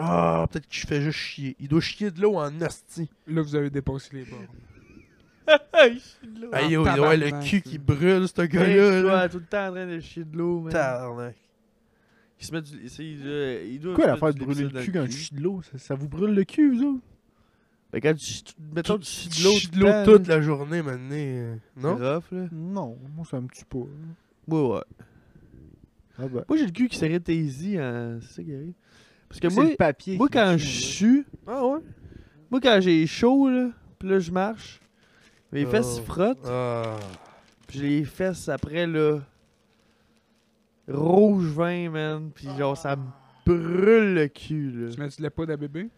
Ah, peut-être que je fais juste chier. Il doit chier de l'eau en hostie.
Là, vous avez dépassé les bornes.
Ah,
en
yo, il doit avoir le
tabarnak,
cul
ça.
qui brûle, ce
Hey,
gars-là.
tu
là.
vois, tout le temps en train de chier de l'eau, man.
Tabarnak.
Il se met du. Il, se- il doit- il doit
Pourquoi
se
l'affaire
mettre
de
du
brûler
Lipsil dans
le cul quand tu chies de l'eau ça, ça vous brûle le cul, vous autres
Ben, quand tu chies- tu- mettons, tu chies
Tu
de l'eau.
chies de l'eau toute la journée, maintenant. euh,
Non?
Non?
C'est rough, là.
Non, moi ça me tue pas.
Ouais, ouais.
Ah ben.
Moi, j'ai le cul qui s'arrête easy en. C'est ça qui arrive. Parce que
C'est
moi,
le papier.
moi
qui me
quand
tue,
je sue,
Ah ouais?
moi, quand j'ai chaud, là, pis là, je marche, mes
Oh.
fesses frottent,
Ah.
pis j'ai les fesses après, là. Rouge vin, man. Pis genre, ça me brûle le cul, là.
Tu mets de la poudre à bébé?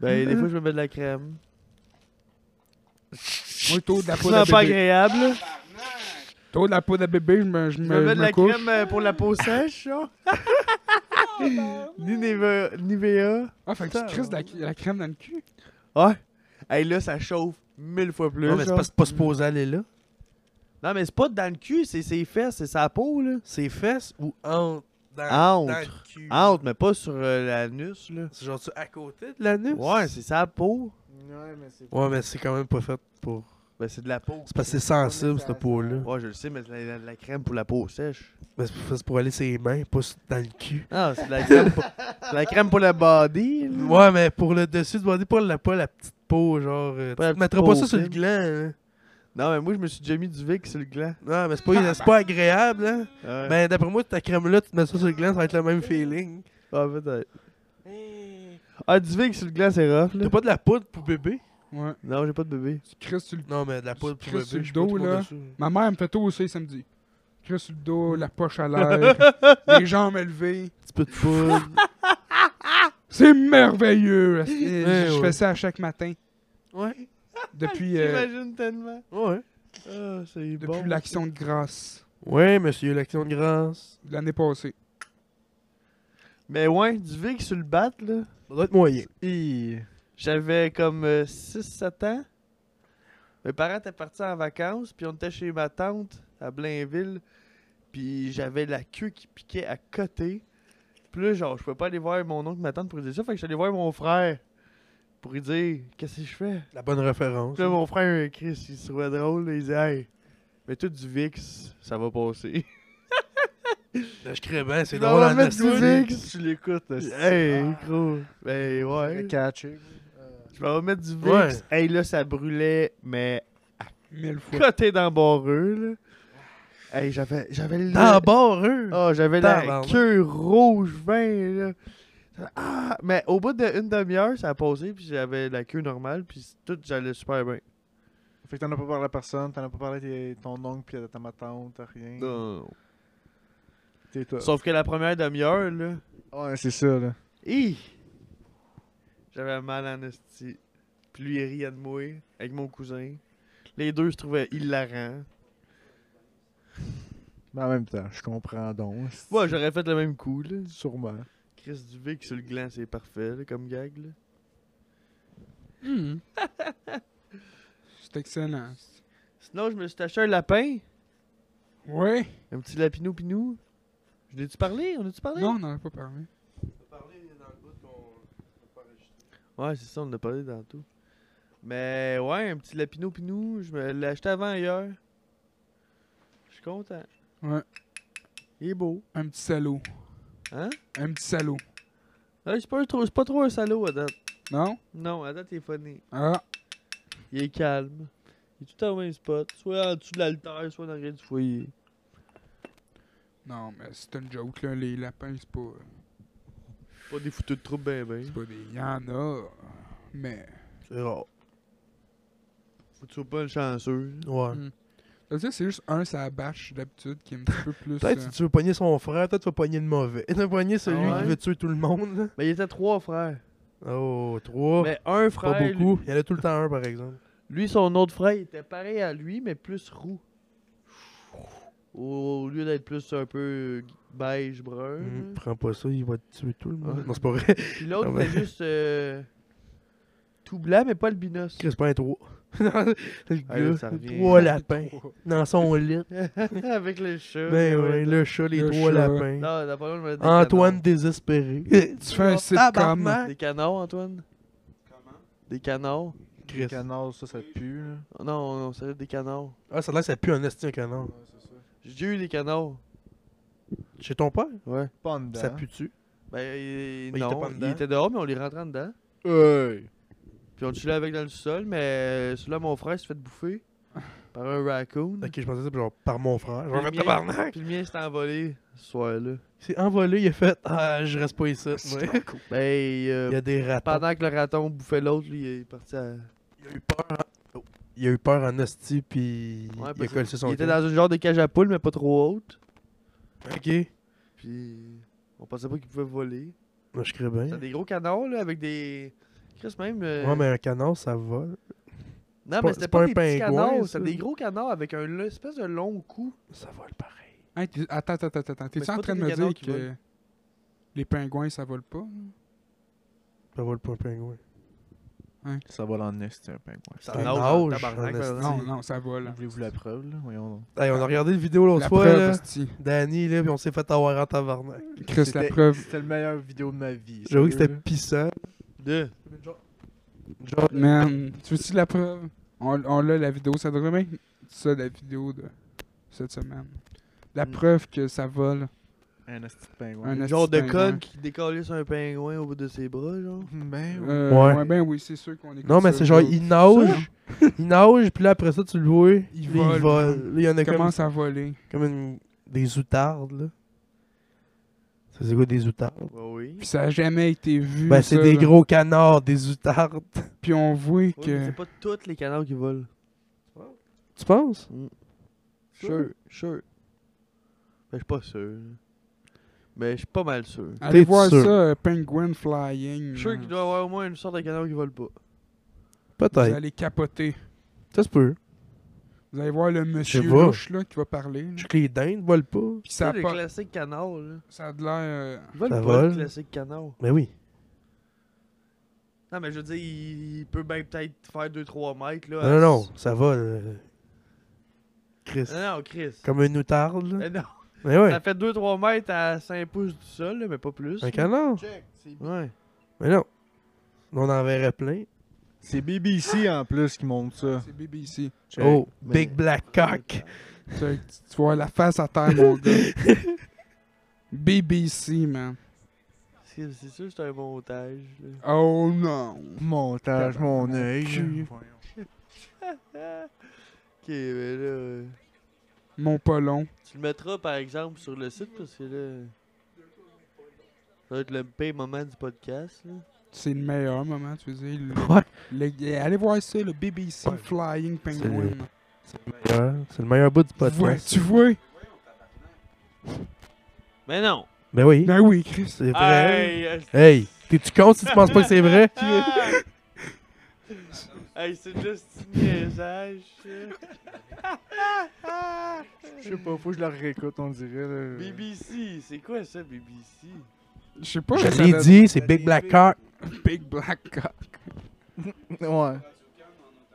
Ben, des fois, je me mets de la crème.
Moi, tôt de la
C'est
poudre à
pas
bébé.
agréable, là.
Tôt de la poudre à bébé, je me, je
Je
me,
me mets
je
de
me
la
couche.
crème euh, pour la peau sèche, genre. Ni Nivea. Nivea.
Ah, fait que tu crises de la, la crème dans le cul?
Ouais. Hey, là, ça chauffe mille fois plus.
Non, mais c'est
genre.
pas, c'est pas supposé aller là.
Non, mais c'est pas dans le cul, c'est ses fesses, c'est sa peau, là.
C'est fesses ou entre? Dans,
Entre.
dans le cul.
Entre, mais pas sur euh, l'anus, là.
C'est genre tu à côté de l'anus?
Ouais, c'est sa peau.
Ouais, mais c'est
Ouais, mais c'est quand même pas fait pour.
Ben, c'est de la peau.
C'est parce que c'est sensible,
ça-
cette peau-là.
Ouais, je le sais, mais c'est de la, de la crème pour la peau sèche.
Mais c'est pour- c'est pour aller ses mains, pas sur- dans le cul.
Non, c'est de la crème pour, c'est de la, crème pour la body, là.
Ouais, mais pour le dessus du body, pas la, pas la petite peau, genre. euh,
Pas la
tu te mettras
petite
pas
peau
ça sur le
fine.
gland, hein.
Non, mais moi, je me suis déjà mis du Vic sur le gland.
Non, mais c'est
Ah,
pas, c'est pas
ben.
agréable, hein.
Ouais.
Ben, d'après moi, ta crème-là, tu te mets ça sur le gland, ça va être le même feeling.
Ah, peut-être. Ah, du Vic sur le gland, c'est rough, là.
T'as pas de la poudre pour bébé?
Ouais.
Non, j'ai pas de bébé.
Tu crises sur le...
Non, mais de la poudre
Tu
pour
crisses
bébé.
sur le
je suis pas
dos,
trop
là.
dessus.
Ma mère me fait tôt aussi samedi. Crise sur le dos,
Mm.
la poche à l'air, les jambes élevées.
Petit peu de poudre.
C'est merveilleux! esti.
Eh
Ouais,
je
ouais.
fais ça à chaque matin.
ouais.
Depuis, euh,
J'imagine tellement.
Ouais.
Ah, c'est
depuis
bon.
l'action de grâce
Ouais, monsieur, l'action de grâce.
de l'année passée.
Mais ouais, du Vic sur le bat, là.
Ça doit être moyen.
Hi.
J'avais comme 6-7 ans. Mes parents étaient partis en vacances, puis on était chez ma tante à Blainville. Puis j'avais la queue qui piquait à côté. Puis là, genre, je pouvais pas aller voir mon oncle, ma tante pour lui dire ça. Fait que j'allais voir mon frère pour lui dire Qu'est-ce que je fais
La bonne référence.
Puis là, mon frère, Chris, il se trouvait drôle. là, il disait Hey, mais tout du VIX, ça va passer.
Là, je crée bien, c'est
Je vais
drôle en
remettre
esti.
du Vix.
Tu l'écoutes. Ah.
hey, gros. Ben ouais.
Catché.
Je vais remettre du VIX.
Ouais.
Hey, là, ça brûlait, mais
Mille fois.
côté dans barreux, là. Hey, j'avais, j'avais le.
Dans bord, eux!
Ah, j'avais la
Tabarnak.
queue rouge vin, là. Ah, mais au bout d'une demi-heure, ça a passé, puis j'avais la queue normale, puis tout, j'allais super bien.
Fait que t'en as pas parlé à personne, t'en as pas parlé à tes- ton oncle puis à ta ma tante, à rien. T'es toi.
Sauf que la première demi-heure, là,
Ouais, c'est ça, là.
hi, j'avais mal en esti. Puis lui, il riait de moi, avec mon cousin. Les deux se trouvaient hilarants.
Mais en même temps, je comprends donc. c'est-
Moi, j'aurais fait le même coup, là.
Sûrement.
Chris Duvic sur le gland, c'est parfait, là, comme gag, là.
Hmm. C'est excellent.
Sinon, je me suis acheté un lapin,
Ouais.
un petit lapinou pinou. Je l'ai-tu parlé? On a-tu parlé?
Non, on n'en a pas parlé.
Ouais, c'est ça, on en a parlé dans tout. Mais ouais, un petit lapino pinou, je me l'ai acheté avant hier. Je suis content.
Ouais.
Il est beau.
Un petit salaud.
Hein?
Un petit salaud.
Ouais, c'est, pas un trop, c'est pas trop un salaud à date.
Non?
Non, à date, il est funny.
Ah.
Il est calme. Il est tout au même spot. Soit en dessous de l'altère, soit dans le gré du foyer.
Non, mais c'est une joke, là. Les lapins, c'est pas.
Pas des fouteux de troupe ben ben.
C'est pas des. Il y en a. Mais.
C'est rare.
Faut que tu sois pas un chanceux.
Ouais.
Hmm. Ça veut dire que c'est juste un, ça bâche d'habitude, qui est un petit peu plus.
Peut-être
euh,
que tu veux pogner son frère, peut-être tu vas pogner le mauvais. Tu vas pogner celui
Ah ouais?
qui veut tuer tout le monde. là.
Mais il était trois frères.
Oh, trois.
Mais un
pas
frère,
beaucoup. Il y en a tout le temps un, par exemple.
Lui, son autre frère, il était pareil à lui, mais plus roux. Au au lieu d'être plus un peu beige brun.
Hmm,
là.
Prends pas ça, il va te tuer tout le monde.
Ah.
Non, c'est pas vrai.
Puis l'autre,
Ah ouais.
était juste euh, tout blanc, mais pas albinos.
Chris, pas un trois. le
Ah, là,
gars,
ça revient.
trois lapins. Dans son lit.
Avec le chat.
Ben
là,
ouais, le chat, les
Le
trois
chat.
lapins.
Non, d'après moi, je me dis des
Antoine désespéré.
Tu
Oh, Ah,
fais un sitcom.
canards. Des canards, Antoine. Des canards.
Les
Chris.
canards, ça, ça pue, là.
Oh, non, non, ça doit être des canards.
Ah, ça a l'air que ça pue un esti un canard.
J'ai déjà eu des canards.
Chez ton père?
Ouais.
Pas en dedans.
Ça pue-tu?
Ben, euh,
Ben, il était
non,
pas
il
dedans.
était dehors, mais on les rentrait en dedans.
Hey!
Puis on le chillait avec dans le sol, mais euh, celui-là, mon frère s'est fait bouffer par un raccoon.
Ok, je pensais ça genre par mon frère. Je
Le
vais mettre
mien-
tabarnak.
Puis le mien s'est envolé ce soir-là.
C'est envolé, il a fait Ah, je reste pas ici. Ouais.
Ben, euh,
Il y a des ratons.
pendant que le raton bouffait l'autre, lui, il est parti à.
Il a eu peur. en- oh. Il a eu peur en hostie, puis
Ouais,
il a
parce
collé son
Il était
cul.
dans une genre de cage à poules, mais pas trop haute.
Ok.
Puis on pensait pas qu'il pouvait voler.
Moi, je crée bien.
T'as des gros canards, là, avec des. Chris, même. euh,
Ouais, mais un canard, ça vole.
Non,
pas-
mais
c'est
c'était
pas
pas,
un
des petits
pingouin,
canards,
ça.
c'était des gros canards avec un l- espèce de long cou.
Ça vole pareil.
Hey, t'es- attends, attends, attends, attends. T'es-tu
c'est
en
pas
train
tous
de
les
me
canards
dire
qui
que
volent.
les pingouins, ça vole pas?
Ça vole pas un pingouin.
Ça va l'en est, c'est un pingouin.
Ça
C'est un
nage en
nage,
tabarnak,
en
par
esti.
exemple.
Non, non, ça vole.
Voulez-vous la preuve, là? Voyons donc.
Hey, on a regardé une vidéo l'autre
La
fois,
preuve,
là.
hostie.
Danny, là, puis on s'est fait avoir en tabarnak.
Chris, la preuve.
C'était le meilleur vidéo de ma vie.
J'avoue que
sérieux,
c'était pissant.
De.
Genre,
Man, tu veux-tu la preuve? On, on l'a, la vidéo. Ça devrait même être ça, la vidéo de cette semaine. La
Mm.
preuve que ça vole.
là. Un esti de pingouin.
Un
Genre de
esti pingouin.
conne qui décollait sur un pingouin au bout de ses bras, genre.
Ben oui.
Euh,
Ouais.
ouais. ben oui, c'est sûr qu'on est
Non, mais c'est genre, il nage. il nage, puis là, après ça, tu le vois. là, Il
vole.
Là, il y en a
Il
comme,
commence à voler.
comme une... des outardes, là. Ça, C'est quoi des outardes?
Bah oui.
Puis ça a jamais été vu.
Ben, c'est
ça,
des
là.
gros canards, des outardes.
Puis on voit
Ouais, mais
que.
C'est pas tous les canards qui volent.
Tu penses?
Sure, sure. Ben, je suis pas sûr. Mais je suis pas mal sûr.
Allez
T'es
voir
sûr?
ça, euh, Penguin Flying.
Je suis sûr
man.
qu'il doit y avoir au moins une sorte de canard qui vole pas.
Vous
Peut-être.
allez capoter.
Ça se peut.
Vous allez voir le monsieur
sais pas.
louche là, qui va parler. là.
Je sais que les dindes volent pas.
Puis
Ça
ça, a
le
pas-
classique canard, là.
ça a de l'air. euh,
Ils veulent
Ça
pas le
vole.
classique canard.
Mais Ben oui.
Non, mais je veux dire, il, il peut bien peut-être faire 2-3 mètres, là.
Non, non, non, ça va. euh, Chris.
Non, non, Chris.
Comme un outarde, là.
Mais non,
Mais ouais,
Hein? Euh, ça fait 2-3 mètres à 5 pouces du sol, là, mais pas plus.
un canard.
Check, c'est-
Ouais.
Mais non. On en verrait plein.
C'est BBC en plus qui montre ça.
euh, C'est BBC.
Check.
oh,
mais-
Big Black Cock.
Tu tu vois la face à terre, mon gars. BBC, man.
C'est c'est sûr que c'est un montage. là.
Oh non.
Montage, mon œil.
cul.
Ok, mais là. euh,
Mon pas long.
Tu le mettras par exemple sur le site parce que là. Ça va être le pay moment du podcast, là.
C'est le meilleur moment, tu veux dire. le-
Ouais.
le- allez voir ça, le BBC Flying Penguin.
C'est le meilleur bout du
Ouais,
podcast.
tu vois?
Mais non!
Ben oui.
Ben oui, Chris.
C'est vrai.
Hey, euh,
Hey, t'es-tu con si tu penses pas que c'est vrai?
Ah! hey, c'est juste un niaisage. ça.
Je sais pas, faut que je la réécoute, on dirait. là.
BBC, c'est quoi ça, BBC?
Je sais pas.
Je
ça
l'ai
doit-
dit, c'est Big Black Cock.
Big Black Cock.
Ouais.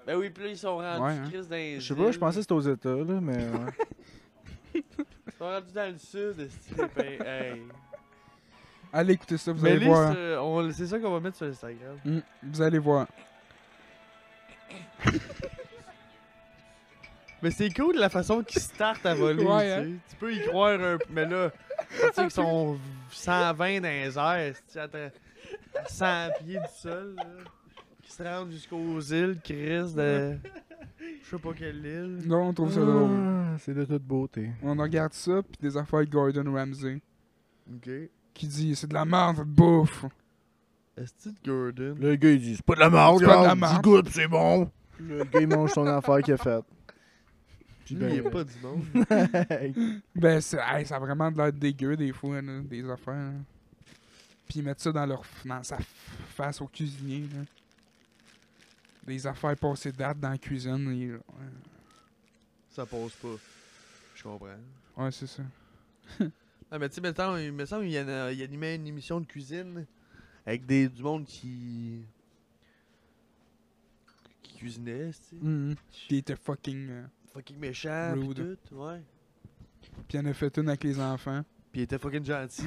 Ben oui, puis là, ils sont rendus
Ouais, hein.
Chris dans les
Je sais pas, je
îles.
pensais que c'était aux États, là, mais. ouais.
Ils sont rendus dans le sud, c'est hey.
Allez écouter ça, vous
Mais
allez
les,
voir.
euh, on- c'est ça qu'on va mettre sur Instagram.
Mm, vous allez voir.
Mais c'est cool la façon qu'ils startent à voler.
Ouais,
tu, sais.
hein.
tu peux y croire un peu, mais là, tu sais qu'ils sont 120 dans les airs, tu sais, à, ta- à 100 pieds du sol, là, qui se rendent jusqu'aux îles, Chris, de. Je sais pas quelle île.
Non, on trouve ça
Hmm.
drôle.
Ah, C'est de toute beauté.
On regarde ça, puis des affaires de Gordon Ramsay.
Ok.
Qui dit, c'est de la merde, votre bouffe.
Est-ce que Gordon?
Le gars, il dit C'est pas de la merde,
C'est pas de la
regarde,
marde.
du goût, c'est bon. Le gars, il mange son affaire qu'il a faite. Puis
Lui,
ben,
il est pas du monde.
Ben, c'est- hey, ça a vraiment de l'air dégueu des fois, là, des affaires. là. Puis ils mettent ça dans leur f- dans sa f- face au cuisinier. Là. Des affaires passées date dans la cuisine. et- ouais.
Ça passe pas. Je comprends.
Ouais, c'est ça.
Ah, mais tu sais, mettons, il me semble qu'il en a- il animait une émission de cuisine avec des, du monde qui. qui cuisinait, tu sais.
Mm-hmm.
Mhm. Puis il était fucking. euh,
Fucking méchant, pis
Rude.
tout, ouais.
Puis il en a fait une avec les enfants.
Pis il était fucking gentil.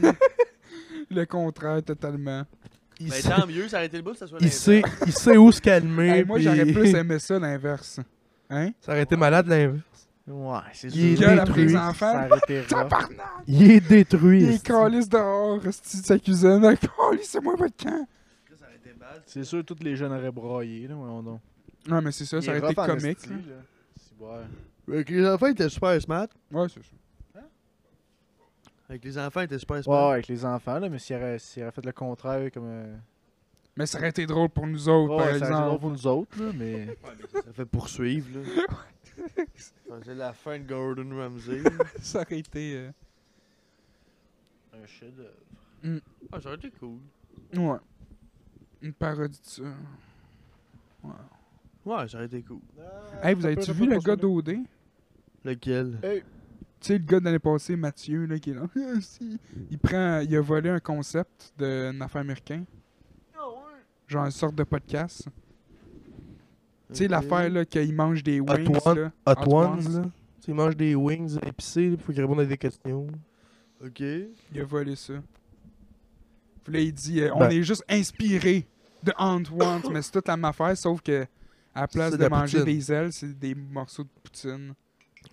Le contraire, totalement.
Il
Mais
sait-
tant mieux, ça aurait été Ben, le bout que ça soit
il
l'inverse.
sait, il sait où se calmer.
Hey, moi, j'aurais
puis-
plus aimé ça, l'inverse. Hein?
Ça aurait été malade, l'inverse.
Ouais, c'est
Il est
sûr.
Gueule après les
détruit,
enfants.
Ça aurait été rough.
Il est détruit.
Il
esti.
calisse dehors, esti, de sa cuisine. Ah, calisse, c'est moi votre camp.
Ça aurait été bad.
C'est sûr, tous les jeunes auraient broyé, là, voyons donc.
Ouais, mais c'est ça, ça
Il est
aurait été
rough en
comique.
esti,
là.
là. C'est bon.
Avec les enfants, il était super smart.
Ouais, c'est ça.
Avec les enfants, il était super
Ouais,
smart.
avec les enfants, là, mais s'il aurait, s'il aurait fait le contraire, comme. euh,
Mais ça aurait été drôle pour nous autres,
ouais,
par
ça aurait été
exemple.
drôle pour nous autres, là, mais.
Ça fait poursuivre, là. Ça faisait la fin de Gordon Ramsay. là.
Ça aurait été. euh,
Un chef de.
Ah, ça aurait été cool.
Ouais. Une parodie de ça.
Ouais, ça aurait été cool.
Hey, vous avez-tu vu le gars d'OD? Tu
Lequel
sais, le gars de l'année passée, Mathieu, là, qui est là. Si. il prend. Il a volé un concept d'un affaire américain. Genre une sorte de podcast. Tu sais,
Ok.
l'affaire, là, qu'il mange des wings,
One-
là.
Hot
Hot
Ones,
Ones.
là. Tu sais, ils mangent des wings épicés, il faut qu'ils répondent à des questions.
Ok.
Il a volé ça. Puis là, il dit, euh, on
Ben.
est juste inspiré de Antoine, mais c'est toute la même affaire, sauf que à la place
C'est
de,
de la
manger
poutine.
des ailes, c'est des morceaux de poutine.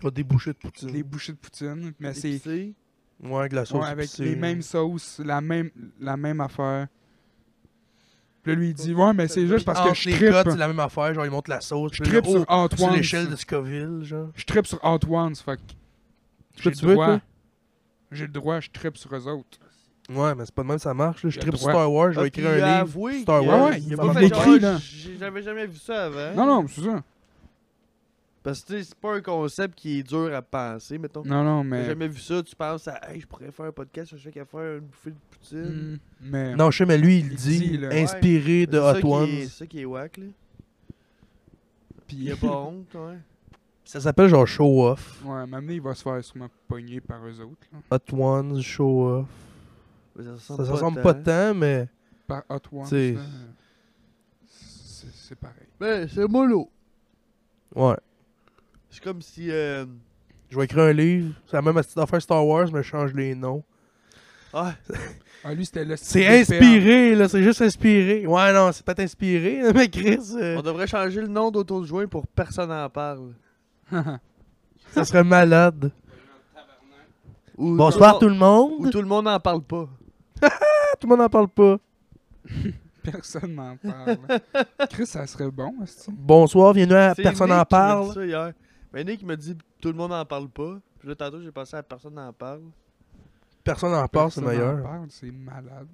Pas des bouchées de poutine.
Des bouchées de poutine, mais c'est
Épicé.
Ouais, avec la sauce
Ouais, avec
épicée.
les mêmes sauces, la même, la même affaire. Puis là, lui, il dit Ouais, mais c'est juste
Ah,
parce que je
tripe. C'est
trippe.
la même affaire, genre ils montent la sauce.
Je
puis là,
trippe
oh,
sur Hot
sur
Ones.
l'échelle de Scoville, genre.
Je trippe sur Hot Ones, fuck. J'ai
peux
le
te tuer,
droit.
toi?
J'ai le droit, je trippe sur eux autres.
Ouais, mais c'est pas de même que ça marche. là. Je
Il a
trippe
le
sur
droit.
Star Wars, je
Ah,
vais
puis
écrire
il a
un livre.
avoué
Star
qu'il-
Wars. Ouais, ouais,
il
il
a
a
pas
pas
fait
écrit,
genre,
là.
j'ai- J'avais jamais vu ça avant.
Non, non, c'est ça.
Parce que tu sais, c'est pas un concept qui est dur à penser, mettons.
Non, non,
J'ai
mais.
jamais vu ça, tu penses à Hey, je pourrais faire un podcast sur chaque affaire, une bouffée de poutine.
Hmm, Mais.
Non, je sais, mais lui, il
Il
dit,
dit, là.
inspiré de
C'est ça qui
Hot
est-
Ones.
C'est ça qui est wack, là.
puis-
Il a pas honte, ouais.
Ça s'appelle genre Show Off.
Ouais, maintenant, il va se faire sûrement pogner par eux autres. là.
Hot Ones, Show Off.
Mais Ça
Ça
ressemble
ne
pas
ressemble
tant.
pas tant, mais.
Par Hot Ones.
C'est-
là, C'est c'est pareil.
Ben, c'est mollo.
Ouais.
C'est comme si. euh,
Je vais écrire un livre. C'est la même astuce d'affaire Star Wars, mais je change les noms.
Ah,
Ah, lui, c'était le
C'est
style de perdre.
inspiré, là. C'est juste inspiré. Ouais, non, c'est pas inspiré, là, mais Chris, euh,
on devrait changer le nom dauto joint pour personne n'en parle.
ça serait malade.
Ou
Bonsoir
tout
tout
le
le
monde. Ou
monde.
tout le monde n'en parle pas.
Ah, Tout le monde n'en parle pas.
Personne n'en parle. Chris, ça serait bon, est
Bonsoir, bienvenue à
C'est
Euh, Personne
Nick
n'en
qui m'a dit
parle.
ça hier. Ben, Nick me dit tout le monde n'en parle pas. Puis là, tantôt, j'ai pensé à personne n'en parle.
Personne n'en parle, c'est meilleur.
parle, c'est malade.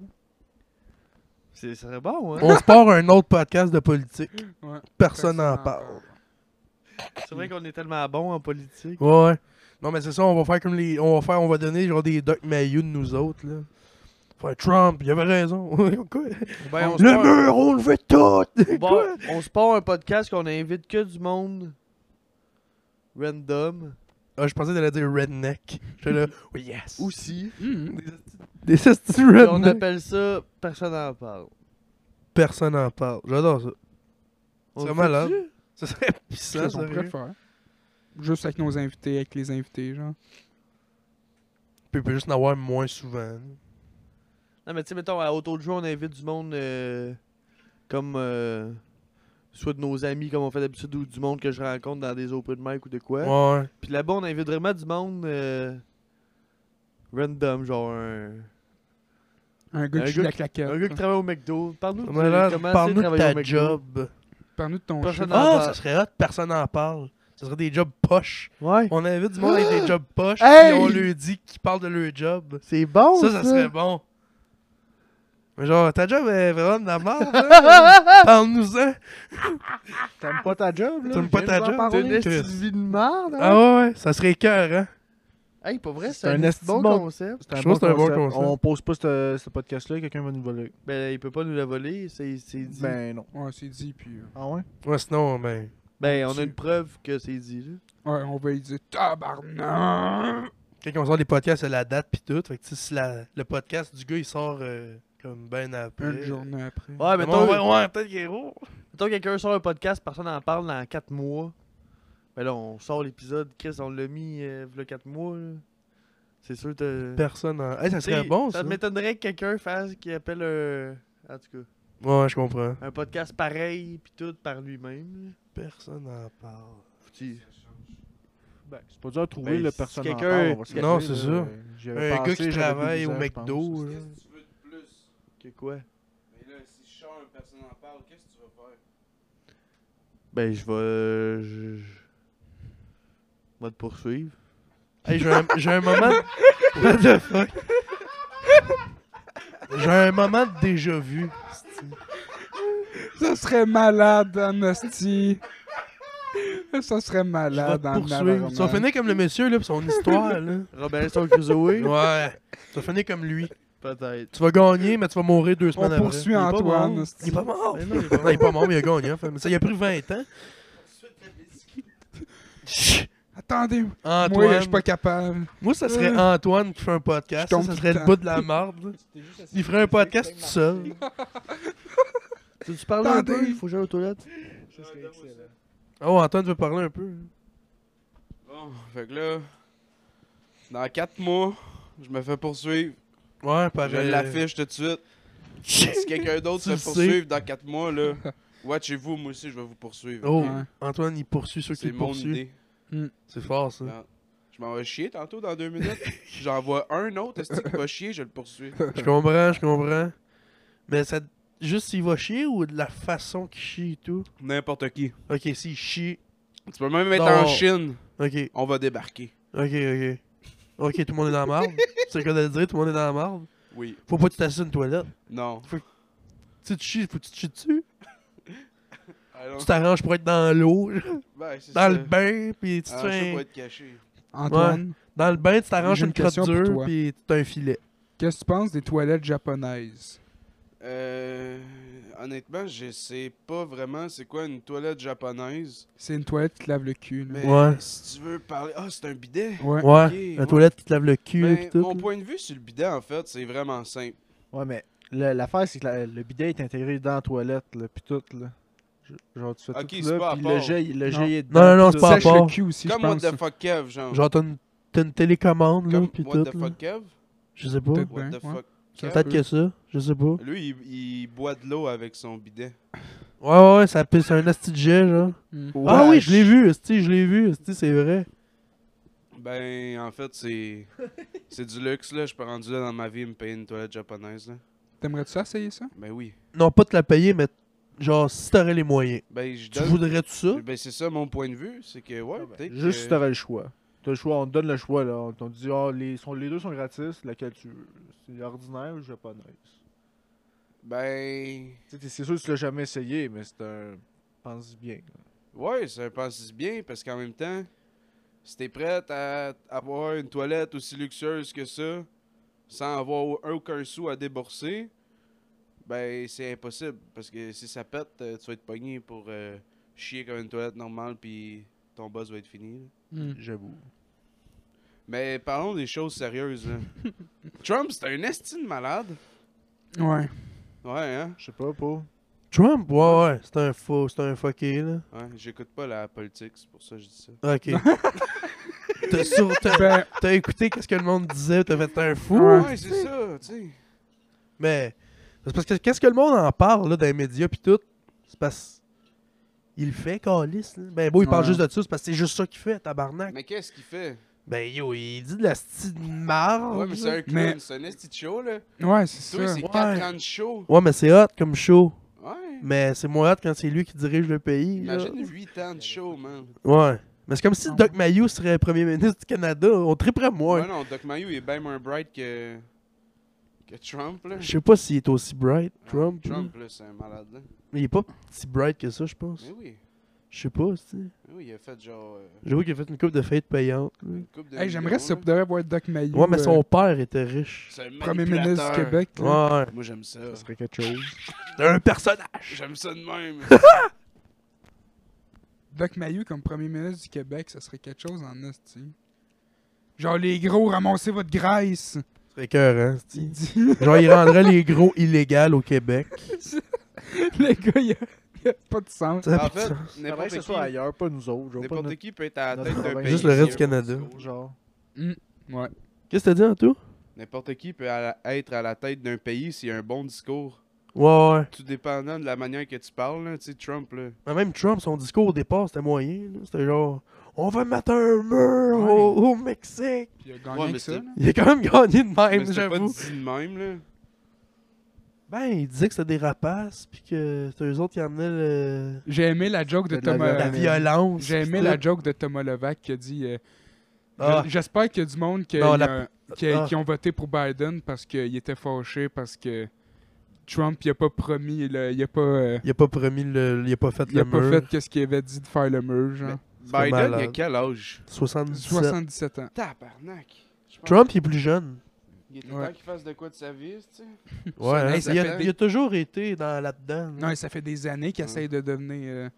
C'est ça serait bon, hein?
On se part un autre podcast de politique.
Ouais.
Personne n'en
en
parle.
C'est vrai qu'on est tellement bon en politique.
Ouais. ouais. Non, mais c'est ça, on va faire comme les. On va faire, on va donner genre des Doc Mayou de nous autres, là. Faire Trump, il avait raison. Quoi?
Ben, on se
le
part-
mur, on le veut tout!
on part- On se part un podcast qu'on invite que du monde random
Ah, je pensais d'aller dire redneck. J'étais là, oui, yes.
aussi.
Mhm.
Des hosties
Puis on
redneck.
appelle ça personne n'en parle.
Personne n'en parle. J'adore ça.
On
C'est
le
malade.
fait-tu?
Ça serait
C'est
puissant,
ce qu'on
ça.
pourrait faire. Juste avec nos invités, avec les invités, genre.
Puis il peut juste en avoir moins souvent.
Non, mais tu sais, mettons, à Auto de jeu, on invite du monde euh, comme. euh, soit de nos amis, comme on fait d'habitude, ou du monde que je rencontre dans des open mic ou de quoi.
Ouais.
Puis là-bas, on invite vraiment du monde euh, random, genre un.
Un gars
Un
qui joue
gars
la claquette.
Un gars qui travaille au McDo. Parle-nous de
On a l'air-
comment
Parle-nous
c'est
de
travailler au
ta
McDo.
job.
Parle-nous de ton
Personne
chef.
n'en
Ah,
parle.
ça serait hot, personne n'en parle. Ça serait des jobs poches.
Ouais.
On invite du monde avec des jobs poches,
Hey!
puis on leur dit qu'ils parlent de leur job.
C'est
Oh,
bon.
ça, ça serait bon. Mais genre, ta job est vraiment de la merde. hein? Parle-nous-en.
T'aimes pas ta job, là?
T'aimes pas
Viens
ta
nous en
job?
parler.
T'es une
Chris.
esti de vie de merde. hein?
Ah ouais, ouais, ça serait cœur, hein.
Hey, pas vrai, c'est
C'est
un,
un
esti
esti
bon
bon-
concept.
Je trouve que c'est un bon concept.
On pose pas ce, ce podcast-là, quelqu'un va nous voler.
Ben, il peut pas nous la voler, c'est c'est dit. Ben,
Ben non.
Ouais, c'est dit, puis. euh,
Ah ouais?
Ouais, sinon, ben.
on a une preuve que c'est dit, là.
Ouais, on va lui dire Tabarnak!
Quand on sort les podcasts, c'est la date pis tout. Fait que tu sais, si la- le podcast du gars, il sort euh, comme ben après.
Une journée après.
Ouais,
Ouais,
mettons,
ouais, ouais, Ah, peut-être qu'il est gros.
mettons quelqu'un sort un podcast, personne n'en parle dans 4 mois. Ben là, on sort l'épisode, Chris, on l'a mis euh, le 4 mois, là. C'est sûr, t'as.
Personne en... Hey, ça serait
T'sais,
bon, ça.
Ça m'étonnerait que quelqu'un fasse qui appelle euh, en tout cas,
Ouais, je comprends.
un podcast pareil puis tout par lui-même.
Personne n'en parle.
Faut-il-
Ben, c'est pas dur à trouver
Ben,
le
si
personnage. Ah,
quelqu'un-
Non, c'est ça. Un gars qui travaille au
McDo.
McDo. là.
Que quoi
Mais là, si je sors un personne en parle, qu'est-ce que tu vas faire?
Ben je vais euh, je... je- moi te poursuivre.
Hey, j'ai un, j'ai un moment. de- What the fuck? J'ai un moment de déjà vu.
Ça serait malade, Amnesty. Ça serait
Je vais
malade,
te
en
poursuivre. Tu vas
Navarre-Man.
finir comme le monsieur, là, pis son histoire, là.
Robinson Crusoe
Ouais. Tu vas finir comme lui.
peut-être.
Tu vas gagner, mais tu vas mourir deux semaines
On
après.
poursuit
est pas
Antoine.
mort.
Il est
esti.
pas mort.
Ben non, il est pas
Non, il est pas mort, mais il a gagné. en fait. Mais ça, il a pris 20 ans. Chut.
Attendez,
Antoine.
moi,
Moi,
je suis pas capable.
ça serait Antoine qui fait un podcast.
Je
Ça,
tombe
ça
tout
serait
le
le
temps.
bout de la marde. Il ferait un podcast tout seul.
Tu, tu parles un
Attendez.
peu, il faut que j'aille aux toilettes.
Oh, Antoine, tu veux parler un peu?
Bon, fait que là, dans 4 mois, je me fais poursuivre.
Ouais, par
je
euh,
l'affiche tout de suite. Si quelqu'un d'autre
Tu
se
le
fait
sais.
poursuivre dans 4 mois, là, watchez-vous, moi aussi, je vais vous poursuivre.
Oh,
Ouais.
Antoine, il poursuit ceux qui
C'est
le
mon
poursuivent.
idée.
C'est fort, ça.
Non. Je m'en vais chier tantôt dans 2 minutes. J'envoie un autre, est-ce qui va chier, je le poursuis.
Je comprends, je comprends. Mais ça. Juste s'il va chier ou de la façon qu'il chie et tout?
N'importe qui.
Ok, s'il chie.
Tu peux même être
Non.
en Chine,
Ok,
on va débarquer.
ok, ok. Ok, tout le monde est dans la marde. C'est ce qu'on a dit, tout le monde est dans la marde.
Oui.
Faut pas que tu t'assises une toilette.
Non.
Tu sais, tu chies, faut que tu te chies dessus.
Alors,
Tu t'arranges pour être dans l'eau,
Ah, ben, c'est ça.
dans le bain, puis tu te
Alors, je
fais
vais
un-
pas être caché.
Antoine,
Dans le bain, tu t'arranges
J'ai une
une crotte
question pour
dure,
toi.
puis tu t'as un filet.
qu'est-ce que tu penses des toilettes japonaises?
Euh, honnêtement, je sais pas vraiment c'est quoi une toilette japonaise.
C'est une toilette qui te lave le cul. là.
Mais
Ouais.
si tu veux parler. Ah, c'est un bidet.
Ouais.
Ouais,
ok,
la
ouais.
toilette qui te lave le cul
Ben,
pis tout.
mon
là.
point de vue sur le bidet, en fait, c'est vraiment simple.
Ouais, mais le- l'affaire, c'est que la- le bidet est intégré dans la toilette, là, pis tout, là. Je- Genre, tu fais
Ok,
tout
c'est pas
là,
à
pis
part.
le jet, le
Non.
jet est
Non,
dedans.
non, non,
pis
c'est pas
tout.
à
Sèche le
part.
cul aussi, je
Comme What
pense.
the fuck Kev, genre.
Genre, t'as une, t'as une télécommande, là,
Comme
pis
What
tout.
the
là.
fuck Kev.
Je sais pas.
Peut-être
What
bien,
the
Ben, ouais.
fuck
Ça
Kev.
Peut-être que ça, je sais pas.
Lui, il, il boit de l'eau avec son bidet.
Ouais, ouais, ouais, ça pisse un asti de jet, genre.
Mm.
Ah oui, je l'ai
Wesh.
vu, esti, je l'ai vu, esti, c'est vrai.
Ben, en fait, c'est. c'est du luxe, là. Je peux rendu là dans ma vie me payer une toilette japonaise, là.
T'aimerais-tu ça essayer ça?
Ben oui.
Non, pas te la payer, mais genre, si t'aurais les moyens.
Ben, je
Tu
donne.
voudrais tout ça?
Ben, c'est ça mon point de vue. C'est que, ouais, Ah, peut-être.
Juste si
que...
t'aurais le choix. T'as le choix, on te donne le choix, là. On te dit, ah, les, sont, les deux sont gratis, laquelle tu veux. C'est ordinaire ou japonaise.
Ben.
Tu sais, t'es- C'est sûr que tu l'as jamais essayé, mais c'est un. Pense bien. là.
Ouais, ça pense bien parce qu'en même temps, si t'es prête à avoir une toilette aussi luxueuse que ça, sans avoir aucun sou à débourser, ben c'est impossible parce que si ça pète, euh, tu vas être pogné pour euh, chier comme une toilette normale puis ton boss va être fini. là.
Hmm.
J'avoue.
Mais parlons des choses sérieuses. là. Trump, c'est un estime malade.
Ouais.
Ouais, hein?
Je sais pas, pas.
Trump? Ouais, ouais, c'est un faux, c'est un fucké, là.
Ouais, j'écoute pas la politique, c'est pour ça que je dis ça.
Ok. t'as, sur- t'as-
Ben,
t'as écouté qu'est-ce que le monde disait, t'as fait un fou.
Ouais.
Ouais, c'est ça, tu sais.
Mais c'est parce que qu'est-ce que le monde en parle là, dans les médias pis tout, c'est parce il le fait Calis. là. Ben bon, il parle
Ouais.
juste de ça, c'est parce que c'est juste ça qu'il fait, tabarnak.
Mais qu'est-ce qu'il fait?
Ben yo, il dit de la style marre.
Ouais, mais c'est un clown,
Mais-
c'est un esti de show, là.
ouais, c'est
Toi,
ça.
c'est
Ouais. Mm,
4 ans de show.
Ouais, mais c'est hot comme show.
Ouais.
Mais c'est moins hot quand c'est lui qui dirige le pays. là.
Imagine 8 ans de show, man.
Ouais. Mais c'est comme si Doc Mayou serait premier ministre du Canada. On triperait
Ouais.
moins.
non, Doc Mayou est bien moins bright que. que Trump, là.
Je sais pas s'il est aussi bright,
Ah,
Trump.
Trump, là, c'est un malade, là.
Mais il est pas si bright que ça, je pense.
Mais oui.
Je sais pas, tu
Mais oui, il a fait genre. euh,
J'avoue qu'il a fait une coupe de fêtes payante. là.
une coupe de.
Hey, j'aimerais ça
millions, là.
devrait voir Doc Mayou.
Ouais, mais son
euh,
père était riche.
C'est un
premier ministre du
manipulateur.
Québec.
Ouais,
là.
ouais.
Moi, j'aime ça.
Ça serait quelque chose.
Un personnage.
J'aime ça de même.
Doc Mayou comme premier ministre du Québec, ça serait quelque chose en esti. Genre, les gros, ramassez votre graisse.
C'est cœur, hein,
Il
c'ti.
dit.
Genre, il rendrait les gros illégales au Québec.
le gars, il a, il a pas de sens.
Ça a
en
plus de
fait,
sens.
Faudrait
n'importe
que ce
qui.
soit ailleurs, pas nous autres. Genre, pas
N'importe
notre-
qui peut être à la
notre
tête d'un
province.
pays.
Juste le reste du
s'il y a pas de
Canada.
show.
genre.
Ouais.
Qu'est-ce que t'as dit en tout?
N'importe qui peut à la- être à la tête d'un pays s'il y a un bon discours.
Ouais, ouais.
Tout dépendant de la manière que tu parles, là. Tu sais, Trump, là.
Mais Ben, même Trump, son discours au départ, c'était moyen. là. C'était genre, on va mettre un mur au, au Mexique.
Puis il a gagné
Ouais, mais
que ça.
c'était-
là.
Il a quand même gagné de
Mais
même,
c'était pas
j'avoue.
dit de même, là.
Ben, il disait que c'était des rapaces, puis que c'était eux autres qui amenaient le-
J'ai aimé la joke de
C'était de la
Thomas.
la
Euh,
violence.
J'ai aimé
pis
la
tout.
joke de Thomas Levac qui a dit euh,
Ah.
J- J'espère qu'il y a du monde que-
Non,
il y a- qui,
ah.
qui ont voté pour Biden parce qu'ils étaient fâchés parce que Trump il a pas promis, le- il a pas, euh,
Il a pas promis, le... il a pas fait
il a
le
pas
mur.
fait qu'est-ce qu'il avait dit de faire le mur, genre.
Biden, il a
malade.
quel âge?
77.
77 ans.
Tabarnak. Je pense
Trump, il est plus jeune.
Il est
Ouais.
temps qu'il fasse de quoi de sa vie, tu sais.
Ouais, hein,
hey, ça
il, a,
fait-
il a toujours été dans, là-dedans. là.
Non, et ça fait des années qu'il
Ouais.
essaye de devenir. euh,